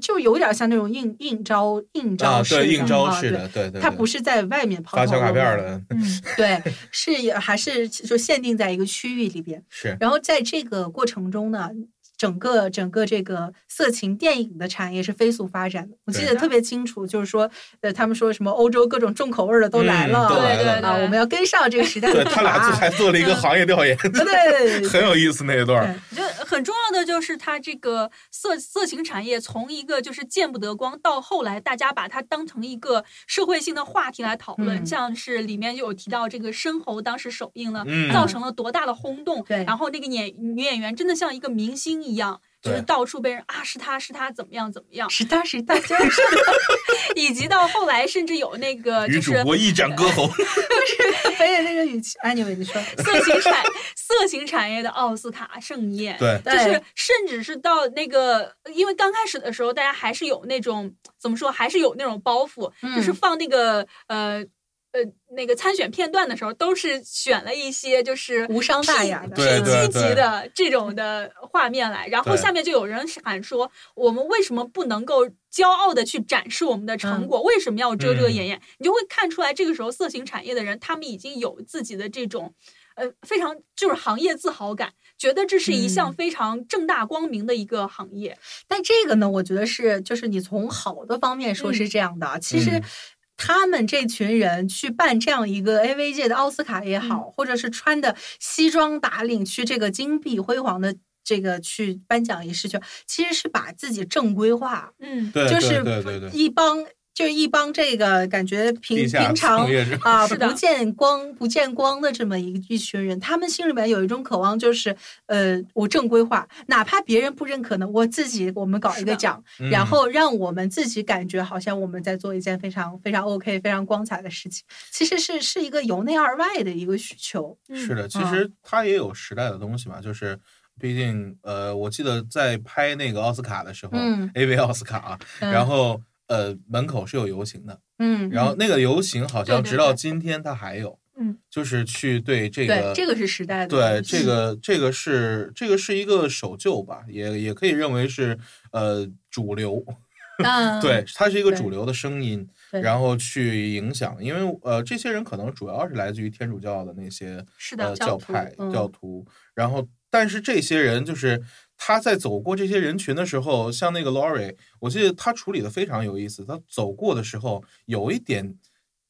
就有点像那种应应招应招啊，式的、对应招式啊的，对对，对，他不是是哦在外面跑发跑小卡摸片摸儿，的，嗯，对，是还是就限定在一个区域里边。是然后在这个过程中呢，整个整个这个色情电影的产业是飞速发展的。我记对得特别清楚，就是说，呃，他们说什么欧洲各种重口味儿的都来嗯了，都对来对了啊，我们要跟上这个时代的对步伐。他俩做还做了一个行业调研，啊 对很有意思那一段儿。我觉得很重要的就是它这个色色情产业从一个就是见不得光，到后来大家把它当成一个社会性的话题来讨论，嗯像是里面就有提到这个《生猴》当时首映了，嗯造成了多大的轰动，对然后那个演女演员真的像一个明星一样。就是对到处被人啊，是她是她怎么样怎么样，是当时大家是以及到后来甚至有那个女就主是播一展歌喉，非得那个语气。anyway，你哎说，色情产色情产业的奥斯卡盛宴，对，就是甚至是到那个，因为刚开始的时候，大家还是有那种怎么说，还是有那种包袱，就是嗯放那个呃呃那个参选片段的时候，都是选了一些就是无伤大雅的是对对积极对的这种的画面来，然后对下面就有人喊说，我们为什么不能够骄傲的去展示我们的嗯成果？为什么要遮遮嗯掩掩？你就会看出来，这个时候色情产业的人，他们已经有自己的这种。呃，非常就是行业自豪感，觉得这是一项嗯非常正大光明的一个行业。但这个呢，我觉得是就是你从好的方面说是这样的，啊，其实嗯。他们这群人去办这样一个 AV 界的奥斯卡也好，或者是穿的西装打领去这个金碧辉煌的这个去颁奖仪式去，其实是把自己正规化，嗯，对，就是对对对对，一帮就一帮这个感觉平地下平常从业者， 啊，是的不见光不见光的这么一一群人，他们心里面有一种渴望，就是呃，我正规化，哪怕别人不认可呢，我自己我们搞一是个的奖，嗯然后让我们自己感觉好像我们在做一件非常非常 OK、非常光彩的事情，其实是是一个由内而外的一个需求。是的，其啊实它也有时代的东西嘛，就是毕竟呃，我记得在拍那个奥斯卡的时候嗯，AV 奥斯卡啊，嗯然后呃门口是有游行的，嗯，然后那个游行好像对对直到对今天它还有，嗯，就是去对这对个，这个是时代的嗯对东西。这个这个是这个是一个守旧吧，也也可以认为是呃主流，嗯， 对，它是一个对主流的声音，对然后去影响，因为呃，这些人可能主要是来自于天主教的那些是的呃教教徒派嗯教徒，然后但是这些人就是他在走过这些人群的时候，像那个 Lori，我记得他处理的非常有意思，他走过的时候有一点。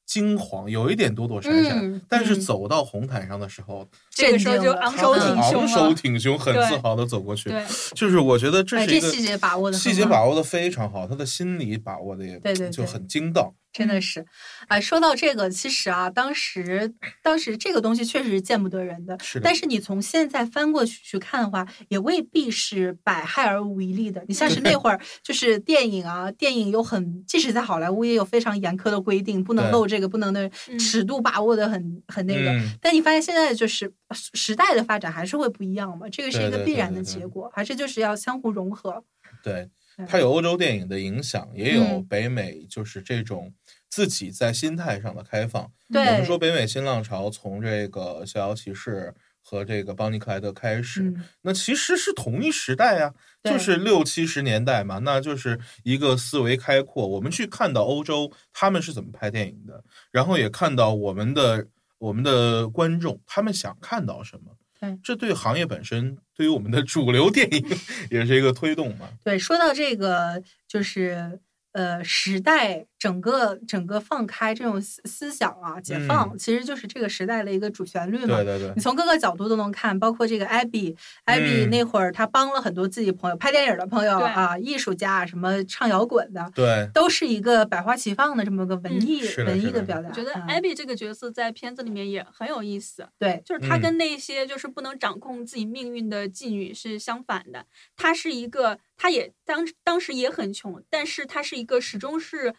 惊慌，有一点躲躲闪闪，嗯但是嗯走到红毯上的时候，这个时候就昂首震挺惊他昂胸首了。挺胸，很对自豪的走过去。对，就是我觉得这哎，是一这个细节把握的细节把握的非常好，他的心理把握的也对对对就很精到。真的是，哎、说到这个，其实啊，当时当时这个东西确实是见不得人的，是的但是你从现在翻过去去看的话，也未必是百害而无一利的。你像是那会儿，就是电影啊，电影有很，即使在好莱坞也有非常严苛的规定，不能对露这个，不能那嗯，尺度把握的很很那个。嗯但你发现现在就是呃时时代的发展还是会不一样嘛，这个是对一个对必对然对的对结果，还是就是要相互融合。对对，它有欧洲电影的影响，也有嗯北美就是这种自己在心态上的开放。对，我们说北美新浪潮从这个《逍遥骑士》和这个邦尼克莱德开始，嗯，那其实是同一时代啊，对就是六七十年代嘛，那就是一个思维开阔。我们去看到欧洲他们是怎么拍电影的，然后也看到我们的我们的观众他们想看到什么。对这对行业本身，对于我们的主流电影也是一个推动嘛。对，说到这个，就是呃，时代整个整个放开这种思思想啊，解放、嗯其实就是这个时代的一个主旋律嘛。对对对你，从各个角度都能看，包括这个艾比，艾比嗯那会儿他帮了很多自己朋友，拍电影的朋友对啊，艺术家啊，什么唱摇滚的，对都是一个百花齐放的这么个文嗯艺、是的文是艺的的表达。我觉得嗯艾比这个角色在片子里面也很有意思，对就是她嗯跟那些就是不能掌控自己命运的妓女是相反的。她是一个，她也当当时也很穷，但是她是一个始终是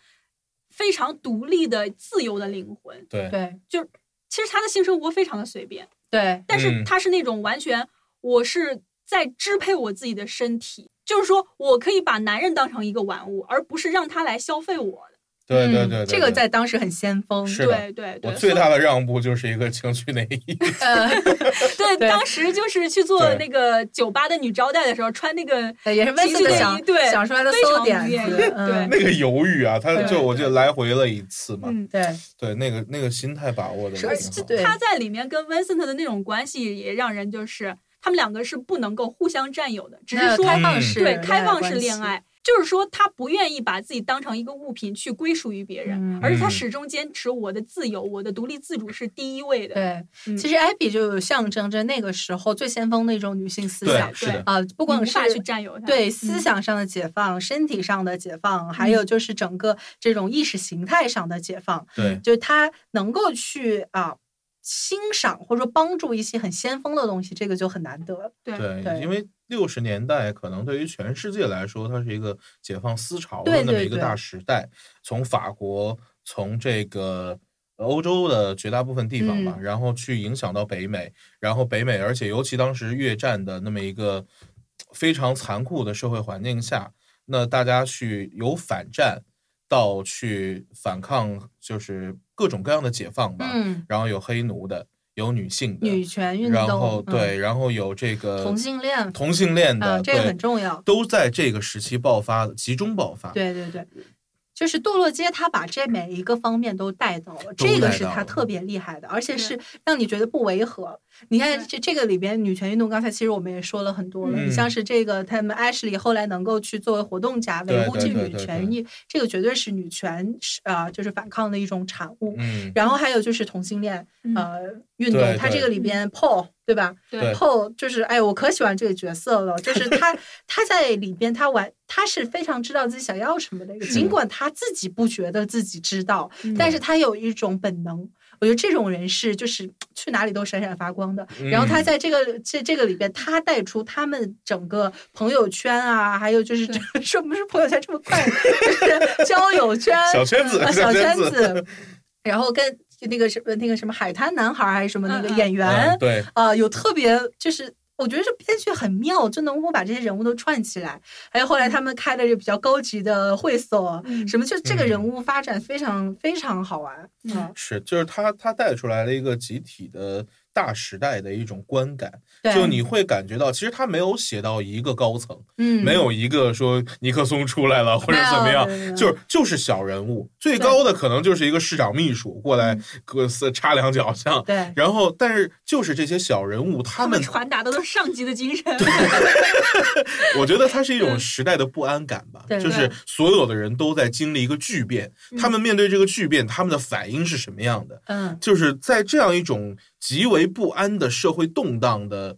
非常独立的、自由的灵魂。对对其实她的性生活非常的随便，对但是嗯她是那种完全我是在支配我自己的身体，就是说我可以把男人当成一个玩物，而不是让他来消费我的。对对嗯对，这个对在当时很先锋。是的对对我对，最所以大的让步就是一个情趣内衣，呃，对，对当时就是去做对啊那个酒吧的女招待的时候，穿那个也是温情斯趣的内衣想对想出来的非馊常点不愿子意，嗯那个犹豫啊，他对就我记得来回了一次嘛，嗯。对。对，那个那个心态把握的是挺而且好的，对他在里面跟 Vincent 的那种关系也让人就是他们两个是不能够互相占有的，只那是说开放嗯式对恋爱开放式关恋系，爱，就是说他不愿意把自己当成一个物品去归属于别人，嗯而且他嗯始终坚持我的自由、我的独立自主是第一位的。对，嗯其实艾比就象征着那个时候最先锋的一种女性思对想是的，啊、不不管无是法去占有他，对嗯思想上的解放、身体上的解放，还有就是整个这种意识形态上的解放，对就是她能够去啊。欣赏或者说帮助一些很先锋的东西，这个就很难得。对对，嗯对因为六十年代可能对于全世界来说，它是一个解放思潮对的那么对一个对大时代。从法国，从这个呃欧洲的绝大部分地嗯方吧，然后去影响到北美，然后北美，而且尤其当时越战的那么一个非常残酷的社会环境下，那大家去由反战到去反抗，就是各种各样的解放吧。嗯，然后有黑奴的，有女性的，女权运动，然后嗯对，然后有这个同性恋啊、同性恋的，这个对很重要。都在这个时期爆发的，集中爆发。对对对，就是堕落街，他把这每一个方面都带到了，这个带是到他了特别厉害的，而且对是让你觉得不违和。你看对这这个里边女权运动，刚才其实我们也说了很多了，你嗯像是这个他们 Ashley 后来能够去作为活动家维对护对这对女对权，对你这个绝对是女权是啊、就是反抗的一种产物。嗯，然后还有就是同性恋，嗯呃，运对动，它这对个里边 Paul 对吧？对 Paul 就是哎，我可喜欢这个角色了， 就是他他在里边他玩他是非常知道自己想要什么的一个，是尽管他自己不觉得自己知道，嗯但是他有一种本能。我觉得这种人是就是去哪里都闪闪发光的。嗯然后他在这个这这个里边，他带出他们整个朋友圈啊，还有就是对 说不是朋友圈这么快， 就是交友圈、小圈 子嗯啊，小圈圈，子， 然后跟那个什么那个什么海滩男孩还是什么那个嗯嗯演员嗯，对，啊、有特别就是。我觉得这编剧很妙，就能够把这些人物都串起来。还有后来他们开的这比较高级的会所，嗯什么就这个嗯人物发展非常、非常好玩。嗯嗯，是，就是他他带出来了一个集体的大时代的一种观感，对，就你会感觉到，其实他没有写到一个高层，嗯没有一个说尼克松出来了或者怎么样，就是就是小人物，最对嗯高的可能就是一个市长秘书过来各自插两脚像，对然后但是就是这些小人物，他他们们传达的都是上级的精神。我觉得它是一种嗯时代的不安感吧，对就是所有的人都在经历一个巨变，他嗯们面对这个巨变，他们的反应是什么样的？嗯，就是在这样一种极为不安的社会动荡的，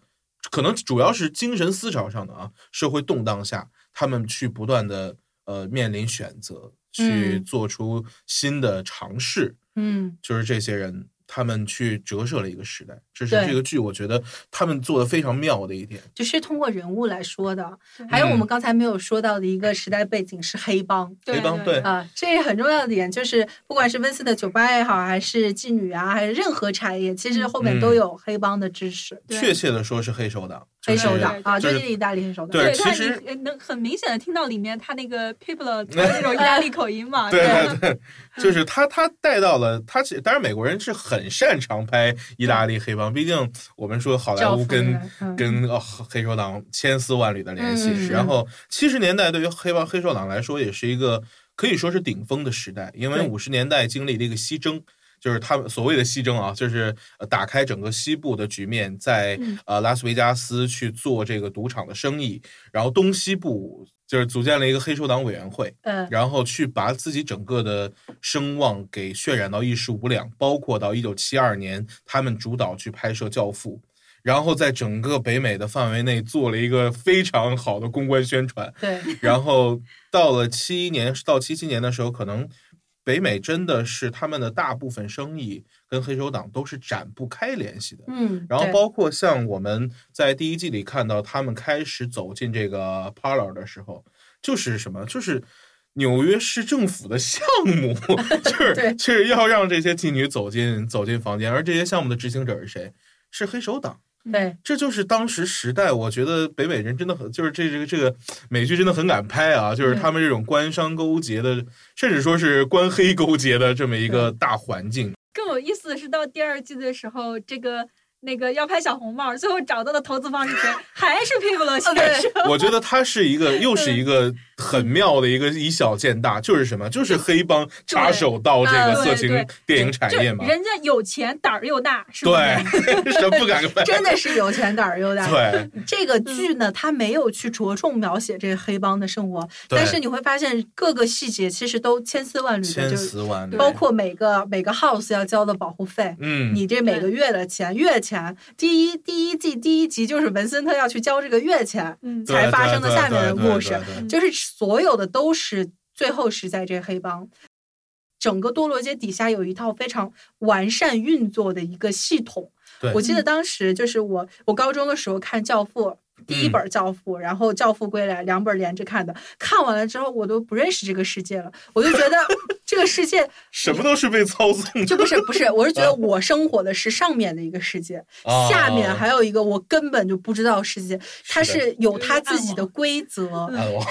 可能主要是精神思潮上的啊，社会动荡下，他们去不断的呃面临选择，去嗯做出新的尝试，嗯就是这些人他们去折射了一个时代，这是对这个剧我觉得他们做的非常妙的一点。就是通过人物来说的。还有我嗯们刚才没有说到的一个时代背景是黑帮。对黑帮 对对啊，这很重要的点就是，不管是温斯的酒吧也好，还是妓女啊，还是任何产业，其实后面都嗯有黑帮的支持，对确切的说是黑手党，黑手就是党啊，就就是是意大利黑手党。 对他其实你呃能很明显的听到里面他那个 people 他那种意大利口音嘛， 对吧对对，就是他他带到了他其，当然美国人是很擅长拍意大利黑帮，毕竟我们说好莱教坞父跟人嗯跟呃黑手党千丝万缕的联系，嗯然后七十年代对于黑帮黑手党来说也是一个可以说是顶峰的时代，因为对五十年代经历了一个西征。就是他们所谓的西征啊，就是呃打开整个西部的局面，在嗯呃拉斯维加斯去做这个赌场的生意，然后东西部就是组建了一个黑手党委员会，嗯，然后去把自己整个的声望给渲染到一时无两，包括到一九七二年他们主导去拍摄《教父》，然后在整个北美的范围内做了一个非常好的公关宣传。对，然后到了七一年到七七年的时候，可能北美真的是他们的大部分生意跟黑手党都是展不开联系的。嗯，然后对包括像我们在第一季里看到他们开始走进这个 parlor 的时候，就是什么，就是纽约市政府的项 目，就是对就是要让这些妓女走进走进房间，而这些项目的执行者是谁？是黑手党。对，这就是当时时代，我觉得北美人真的很，就是这这个这个美剧真的很敢拍啊，就是他们这种官商勾结的，甚至说是官黑勾结的这么一个大环境。更有意思的是，到第二季的时候，这个那个要拍小红帽，最后找到的投资方是谁？还是 Pablo 哦 先生？我觉得它是一个，又是一个很妙的一个以小见大，就是什么，就是黑帮插手到这个色情对电影产业嘛就，人家有钱，胆儿又大，是吧？对， 什么不敢拍，真的是有钱胆儿有胆。对，这个剧呢，它没有去着重描写这个黑帮的生活，对但是你会发现各个细节其实都千丝万缕的，千就是丝万缕，包括每个每个 house 要交的保护费。嗯，你这每个月的钱，月钱，第一第一季第一集就是文森特要去交这个月钱，嗯，对才发生的对下面的对对故事对对对就是所有的都是最后是在这黑帮。整个堕落街底下有一套非常完善运作的一个系统对。我记得当时就是我，我高中的时候看《教父》。第嗯一本《教父》然后《教父归来》两本连着看的，看完了之后我都不认识这个世界了，我就觉得 这个世界什么都是被操纵的就不是不是，我是觉得我生活的是上面的一个世界，啊下面还有一个我根本就不知道的世界，它是的是有它自己的规则，哎我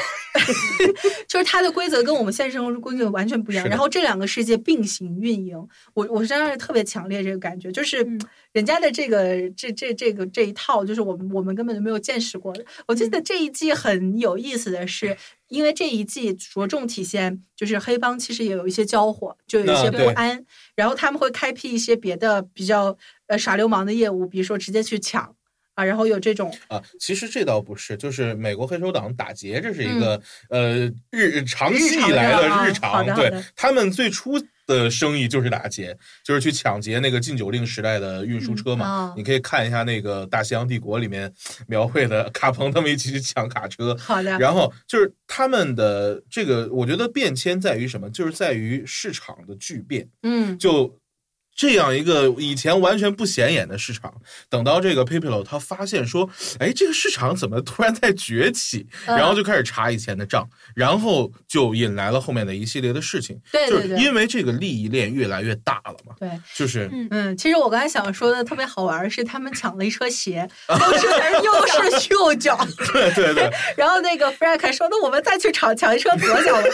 就是它的规则跟我们现实生活中规则完全不一样是。的然后这两个世界并行运营，我我真的是特别强烈这个感觉，就是嗯人家的这个这这这个这一套，就是我们我们根本就没有见识过的。我记得嗯这一季很有意思的是。因为这一季着重体现，就是黑帮其实也有一些交火，就有一些那不啊对安，然后他们会开辟一些别的比较呃耍流氓的业务，比如说直接去抢啊，然后有这种啊，其实这倒不是，就是美国黑手党打劫，这是一个、呃日长期以来嗯日常的啊好的日常，的好对的他们最初。的生意就是打劫，就是去抢劫那个禁酒令时代的运输车嘛。嗯啊你可以看一下那个《大西洋帝国》里面 描绘的卡彭他们一起去抢卡车，好的，然后就是他们的这个，我觉得变迁在于什么？就是在于市场的巨变。嗯，就这样一个以前完全不显眼的市场，等到这个 PayPal 他发现说，哎，这个市场怎么突然在崛起？嗯然后就开始查以前的账，然后就引来了后面的一系列的事情。对对就对是因为这个利益链越来越大了嘛，对。就是嗯嗯，其实我刚才想说的特别好玩儿是，他们抢了一车鞋，都是都是旧脚。 对对对，然后那个 Frank 还说：“那我们再去抢抢一车左脚吧。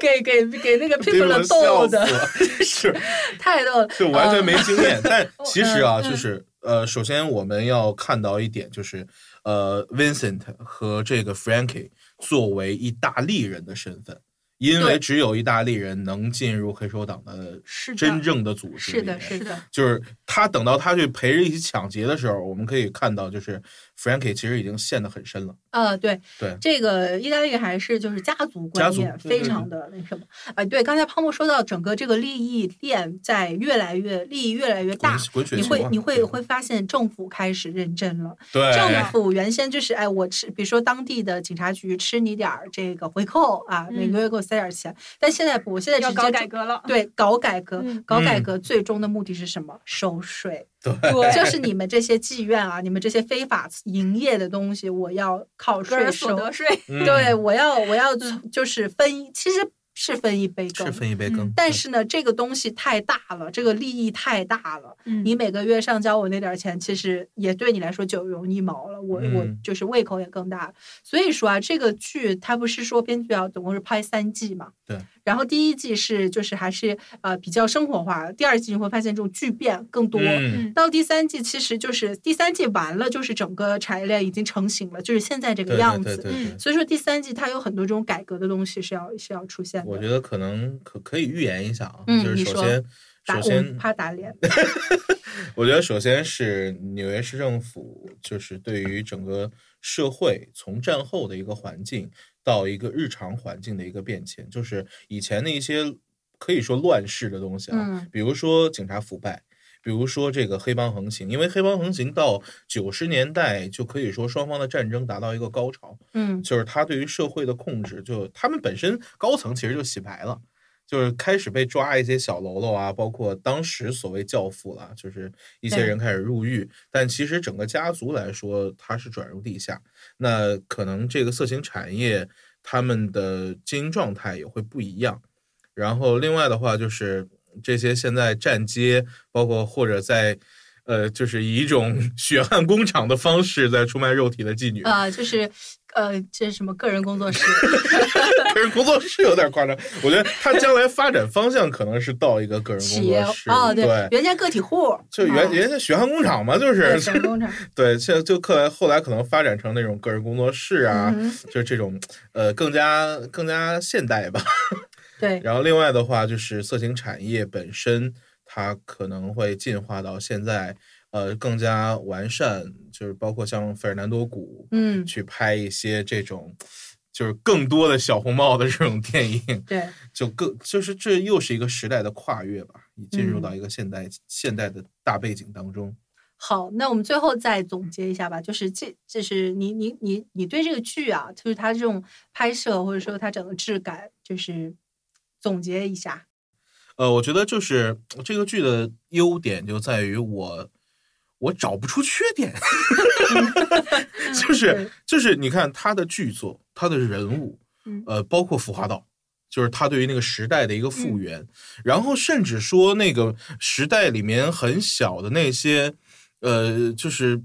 给”给给那个 People 逗笑死的了， 是太逗了。就完嗯全没经验。 但哦其实啊，嗯嗯就是呃，首先我们要看到一点，就是呃，Vincent 和这个 Frankie 作为意大利人的身份，因为对只有意大利人能进入黑手党的是的真正的组织是里的，面。是的，就是他等到他去陪着一起抢劫的时候，我们可以看到，就是 Frankie 其实已经陷得很深了。呃，对对这个意大利还是就是家族观念家族对非常的那什么，哎，对，刚才泡沫说到整个这个利益链在越来越利益越来越大滚，滚雪你球会啊你会对会发现政府开始认真了，对政府原先就是哎，我吃，比如说当地的警察局吃你点儿这个回扣啊，每个月给我塞点儿钱，但现在不，现在嗯要直接搞就改革了。对，搞改革，嗯搞改嗯革最终的目的是什么？收税，对就是你们这些妓院啊，你们这些非法营业的东西，我要靠个税人所收。得税，嗯对，我要我要从就是分一，其实是分一杯羹是，分一杯羹嗯，但是呢，这个东西太大了，这个利益太大了。嗯你每个月上交我那点儿钱，其实也对你来说九牛一毛了。我、我嗯就是胃口也更大了。所以说啊，这个剧它不是说编剧要总共是拍三季嘛？对。然后第一季是就是还是呃比较生活化，第二季你会发现这种剧变更多。嗯到第三季其实就是第三季完了，就是整个产业链已经成型了，就是现在这对个样对子。嗯对对对。所以说第三季它有很多这种改革的东西是要是要出现我的。觉得可能可可以预言一下啊，嗯就是你首说先，打首我们先，怕打 脸，我觉得首先是纽约市政府，就是对于整个社会从战后的一个环境到一个日常环境的一个变迁，就是以前的一些可以说乱世的东西啊，嗯比如说警察腐败。比如说这个黑帮横行，因为黑帮横行到九十年代，就可以说双方的战争达到一个高潮，嗯就是他对于社会的控制，就他们本身高层其实就洗白了，就是开始被抓一些小喽啰啊，包括当时所谓教父啦，就是一些对人开始入狱，但其实整个家族来说，他是转入地下，那可能这个色情产业他们的经营状态也会不一样。然后另外的话就是这些现在站街，包括或者在。呃，就是以一种 血汗工厂的方式在出卖肉体的妓女，啊、就是呃，这是什么个人工作室？ 个人工作室有点夸张，我觉得他将来发展方向可能是到一个个人企工业作室哦，对，原先个体户，就原啊原先血汗工厂嘛，就是对手工厂， 对，现在就可能后来可能发展成那种个人工作室啊，嗯哼就这种呃更加更加现代吧。对， 然后另外的话就是色情产业本身，它可能会进化到现在呃更加完善，就是包括像费尔南多谷嗯，去拍一些这种。就是更多的小红帽的这种电影，对，就更就是这又是一个时代的跨越吧，你进入嗯到一个现代、现代的大背景当中。好，那我们最后再总结一下吧，就是这，就是你你你你对这个剧啊，就是它这种拍摄或者说它整个质感，就是总结一下，呃，我觉得就是这个剧的优点就在于我我找不出缺点， 就是对就是你看他的剧作，他的人物嗯，呃，包括服化道。就是他对于那个时代的一个复原，然后甚至说那个时代里面很小的那些，呃，就是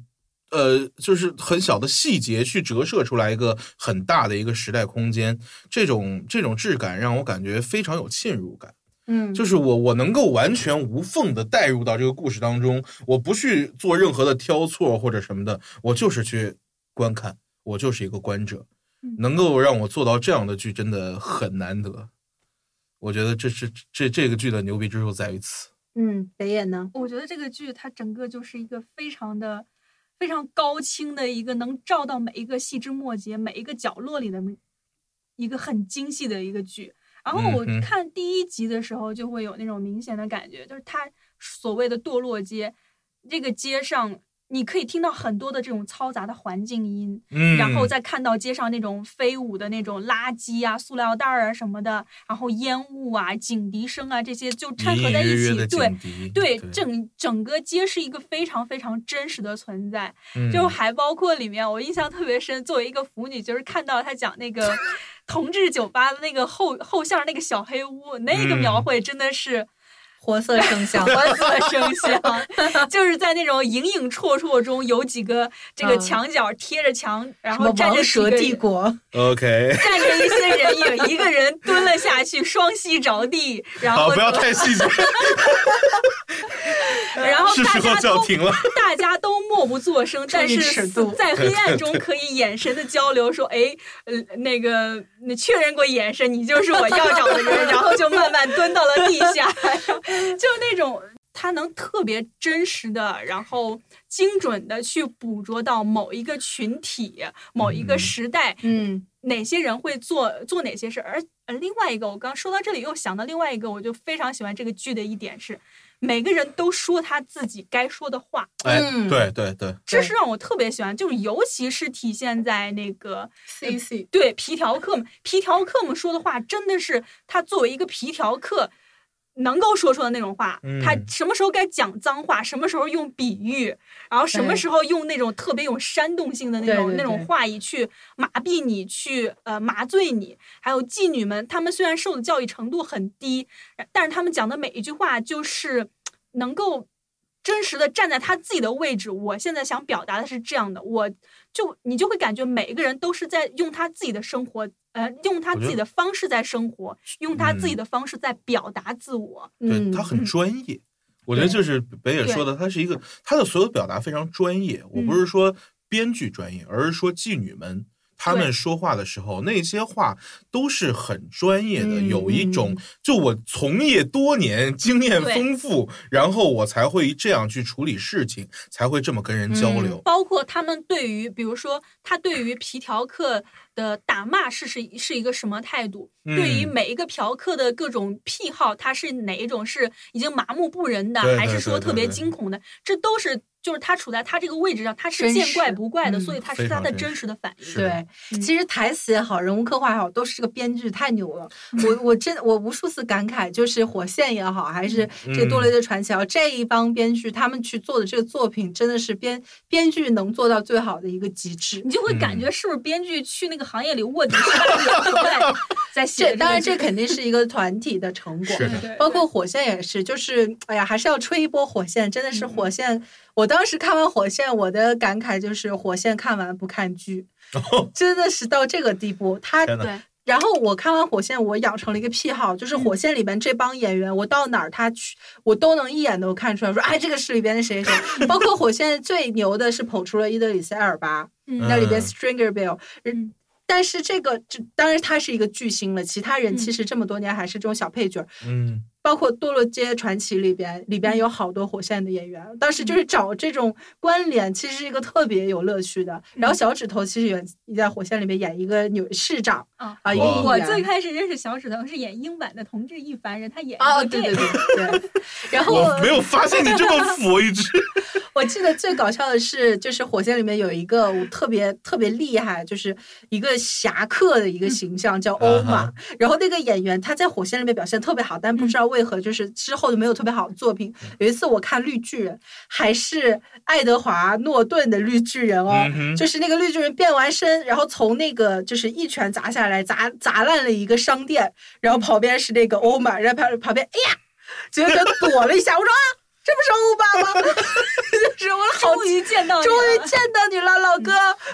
呃，就是很小的细节去折射出来一个很大的一个时代空间，这种这种质感让我感觉非常有浸入感。嗯，就是我我能够完全无缝的带入到这个故事当中，我不去做任何的挑错或者什么的，我就是去观看，我就是一个观者嗯，能够让我做到这样的剧真的很难得。我觉得这是这这个剧的牛逼之处在于此。嗯，北野呢？我觉得这个剧它整个就是一个非常的、非常高清的一个，能照到每一个细枝末节、每一个角落里的一个很精细的一个剧。然后我嗯哼看第一集的时候，就会有那种明显的感觉，就是它所谓的堕落街，这个街上你可以听到很多的这种嘈杂的环境音，嗯，然后再看到街上那种飞舞的那种垃圾啊、塑料袋儿啊什么的，然后烟雾啊、警笛声啊这些就掺隐合隐在一约起，约的对警，笛，对，整整个街是一个非常非常真实的存在，嗯就还包括里面我印象特别深，作为一个腐女，就是看到他讲那个同志酒吧的那个后后巷那个小黑屋，那个描嗯绘真的是活色生香，欢色生香， 就是在那种影影绰绰中有几个这个嗯墙角贴着墙， 然什么后站王着几个蛇帝人国， OK，站着一些人影，一个人蹲了下去，双膝着地，然好，后不要太细节，然后是大时候家叫都停了。 大家都默不作声，但注意尺是度在黑暗中可以眼神的交流，说，哎，呃，那个，你确认过 眼 神，你就是我要找的人，然后就慢慢蹲到了地下，就那种他能特别真实的，然后精准的去捕捉到某一个群体、某一个时代，嗯，哪些人会做做哪些事。而呃，另外一个，我刚说到这里又想到另外一个，我就非常喜欢这个剧的一点是，每个人都说他自己该说的话，哎，嗯对对对，这是让我特别喜欢，就是尤其是体现在那个 C C，对皮条客们，皮条客们说的话真的是他作为一个皮条客能够说出的那种话。嗯他什么时候该讲脏话，什么时候用比喻，然后什么对时候用那种特别有煽动性的那对种对那种对话语去麻痹你，去呃麻醉你。还有妓女们，她们虽然受的教育程度很低，但是她们讲的每一句话就是能够。真实的站在她自己的位置，我现在想表达的是这样的，我就你就会感觉每一个人都是在用他自己的生活，呃，用他我觉自己得的方式在生活，用他自己嗯的方式在表达自我。对嗯，他很专业。我觉得对嗯就是北野说的，他是一个他的所有表达非常专业。我不是说编剧专业，而是说妓女们她们说话的时候，那些话都是很专业的，嗯有一种嗯就我从业多年，经验对丰富，然后我才会这样去处理事情，才会这么跟人嗯交流。包括他们对于，比如说他对于皮条客的打骂是是是一个什么态度？对于嗯每一个嫖客的各种癖好，他是哪一种是已经麻木不仁的，对还对是对说对特别对惊恐的？这都是就是他处在他这个位置上，他是真见怪实不怪的，嗯所以他非是他常的真真实实的反应。是的对，嗯其实台词也好，人物刻画也好，都是这个编剧太牛 了。我我真我无数次感慨，就是《火线》也好，还是嗯这个多雷的传奇也好，这一帮编剧他们去做的这个作品，真的是编编剧能做到最好的一个极 致。你就会感嗯觉是不是编剧去那个行业里卧底失败演出来， 在写这个当然，这剧肯定是一个团体的 成果。是的对对包括火线也是，就是哎呀，还是要吹一波火线，真的嗯是火线。我当时看完火线，我的感慨就是火线看完不看剧， 真的是到这个地步。他天哪对嗯然后我看完《火线》，我养成了一个癖好，就是《火线》里边这帮演员，我到哪儿他去，我都能一眼都看出来，说哎，这个是里边的谁谁谁。包括《火线》最牛的是捧出了伊德里斯·艾尔巴，嗯那里边嗯 Stringer Bell，嗯但是这个这当然他是一个巨星了，其他人嗯其实这么多年还是这种小配角儿。嗯，包括《堕落街传奇》里边，里边有嗯好多火线的演员，当时就是找这种关联，其实是一个特别有乐趣的。嗯然后小指头其实也也在火线里面演一个女市长啊啊，一个哇议我员最开始认识小指头是演英版的《同志一凡人》，他演哦，一个对对 gay 对 对。然后我没有发现你这么 佛一直。我记得最搞笑的是，就是《火线》里面有一个我特别特别厉害，就是一个侠客的一个形象叫欧啊玛哈。然后那个演员他在《火线》里面表现特别好，但不知道为何就是之后就没有特别好的作品。有一次我看《绿巨人》，还是爱德华诺顿的《绿巨人》哦嗯，哼就是那个绿巨人变完身，然后从那个就是一拳砸下来，砸砸烂了一个商店，然后旁边是那个欧玛，然后旁旁边哎呀，结果他躲了一下，我说啊。这不是欧巴吗？ 就是我好终于见啊到你终于了见到你了，老 哥。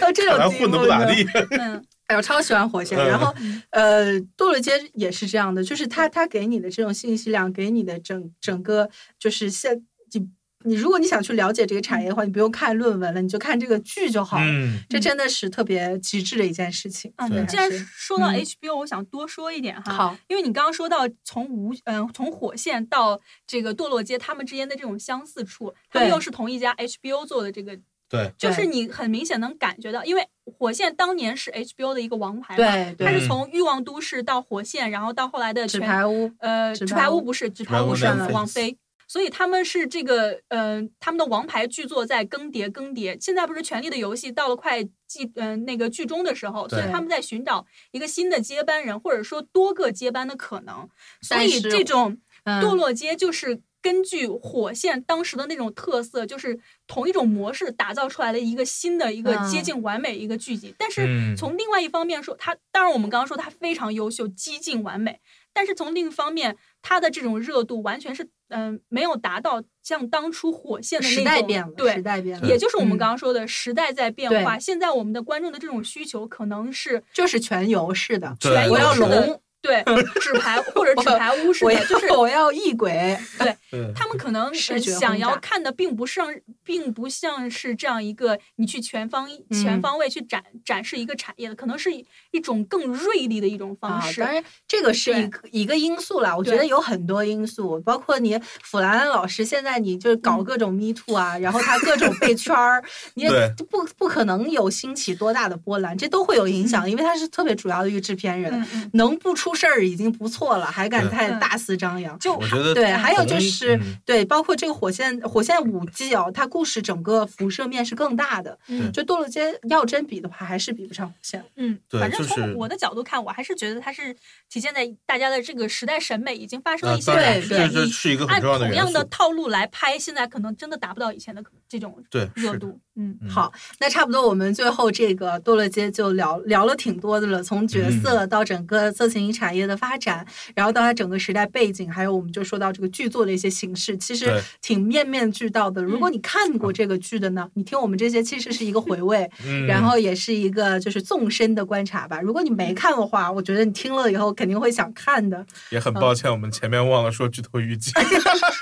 到这看来种地步混的不咋呢地，嗯哎，我超喜欢火线。嗯然后，呃，堕落街也是这样的，就是他他给你的这种信息量，给你的整整个就是现你你，如果你想去了解这个产业的话，你不用看论文了，你就看这个剧就好了。 嗯，这真的是特别极致的一件事情。啊，对你既然还是说到嗯 HBO，我想多说一点哈。，，因为你刚刚说到从无嗯、从火线到这个堕落街，他们之间的这种相似处，他们对又是同一家 HBO 做的这个，对，就是对你很明显能感觉到，因为火线当年是 HBO 的一个王牌嘛，对它对，是从《欲望都市》到《火线》，然后到后来的纸全牌屋呃，纸纸牌牌屋屋不是，纸牌牌屋屋是上了王菲。所以他们是这个，呃，他们的王牌剧作在更迭更迭。现在不是《权力的游戏》到了快季，嗯、那个剧中的时候，所以对他们在寻找一个新的接班人，或者说多个接班的可能。所但以是这种嗯堕落街就是根据火线当时的那种特色，就是同一种模式打造出来了一个新的一个嗯接近完美一个剧集。但嗯是从另外一方面说，它当然我们刚刚说它非常优秀，接近完美，但是从另一方面，它的这种热度完全是嗯、没有达到像当初火线的那种时代变了，时对。代变了，也就是我们嗯刚刚说的时代在变对化，现在我们的观众的这种需求可能是就是全游式的，对全我要游式的龙，对纸牌或者纸牌屋式我的要， 就是我要异轨，对他们可能呃视觉想轰要炸看的并不是让，并不像是这样一个你去全方嗯全方位去展、展示一个产业的，可能是一种更锐利的一种方啊，式。当然，这个是对一个一个因素啦。我觉得对有很多因素，包括你弗兰兰老师，现在你就是搞嗯各种 Me Too 啊，然后他各种被圈儿，你也对就不不可能有兴起多大的波澜，这都会有影响，因为他是特别主要的一个制片人，嗯嗯，能不出事儿已经不错了，还敢对太嗯大肆张扬。就我觉得对，还有就同是、嗯对，包括这个火线火线五季哦，它故事整个辐射面是更大的，嗯就堕落街要真比的话，还是比不上火线。嗯，对反正就是从我的角度看，我还是觉得它是体现在大家的这个时代审美已经发生啊了一，些当然改对这变。这你是一个很按重要的同元样素的，套路来拍，现在可能真的达不到以前的这种对，热是的，度。嗯，嗯好，那差不多我们最后这个多乐街就聊聊了挺多的了，从角色到整个色情产业的发展，然后到它整个时代背景，还有我们就说到这个剧作的一些形式，其实对挺面面俱到的。如嗯果你看过这个剧的呢，你听我们这些其实是一个回味，嗯，然后也是一个就是纵深的观察吧。如果你嗯没看过的话，我觉得你听了以后肯定会想看的。也很抱歉，我们前面忘了说剧透预警。嗯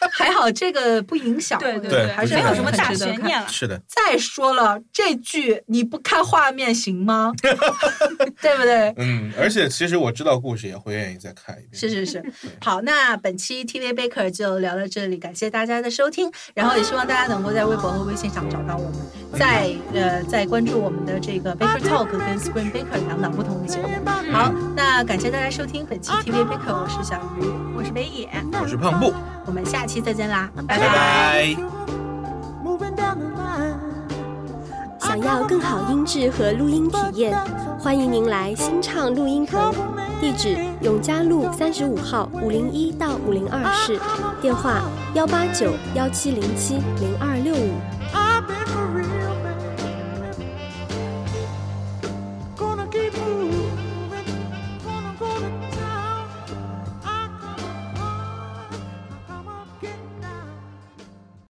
还好这个不影响，对我觉对得对还是没有很什么大值得悬 看念了。是的，再说了，这剧你不看画面行吗？ 对不对？嗯，而且其实我知道故事也会愿意再看一遍。是是是，好，那本期 TV Baker 就聊到这里，感谢大家的收听，然后也希望大家能够在微博和微信上找到我们，在呃再关注我们的这个 Baker Talk 跟 Screen Baker 两档不同的节目。好，那感谢大家收听本期 TV Baker，我是小鱼，我是北野。我是胖布，我们下期再见啦，拜拜。想要更好音质和录音体验，欢迎您来新唱录音棚，地址永嘉路三十五号五零一到五零二室，电话幺八九幺七零七零二六五。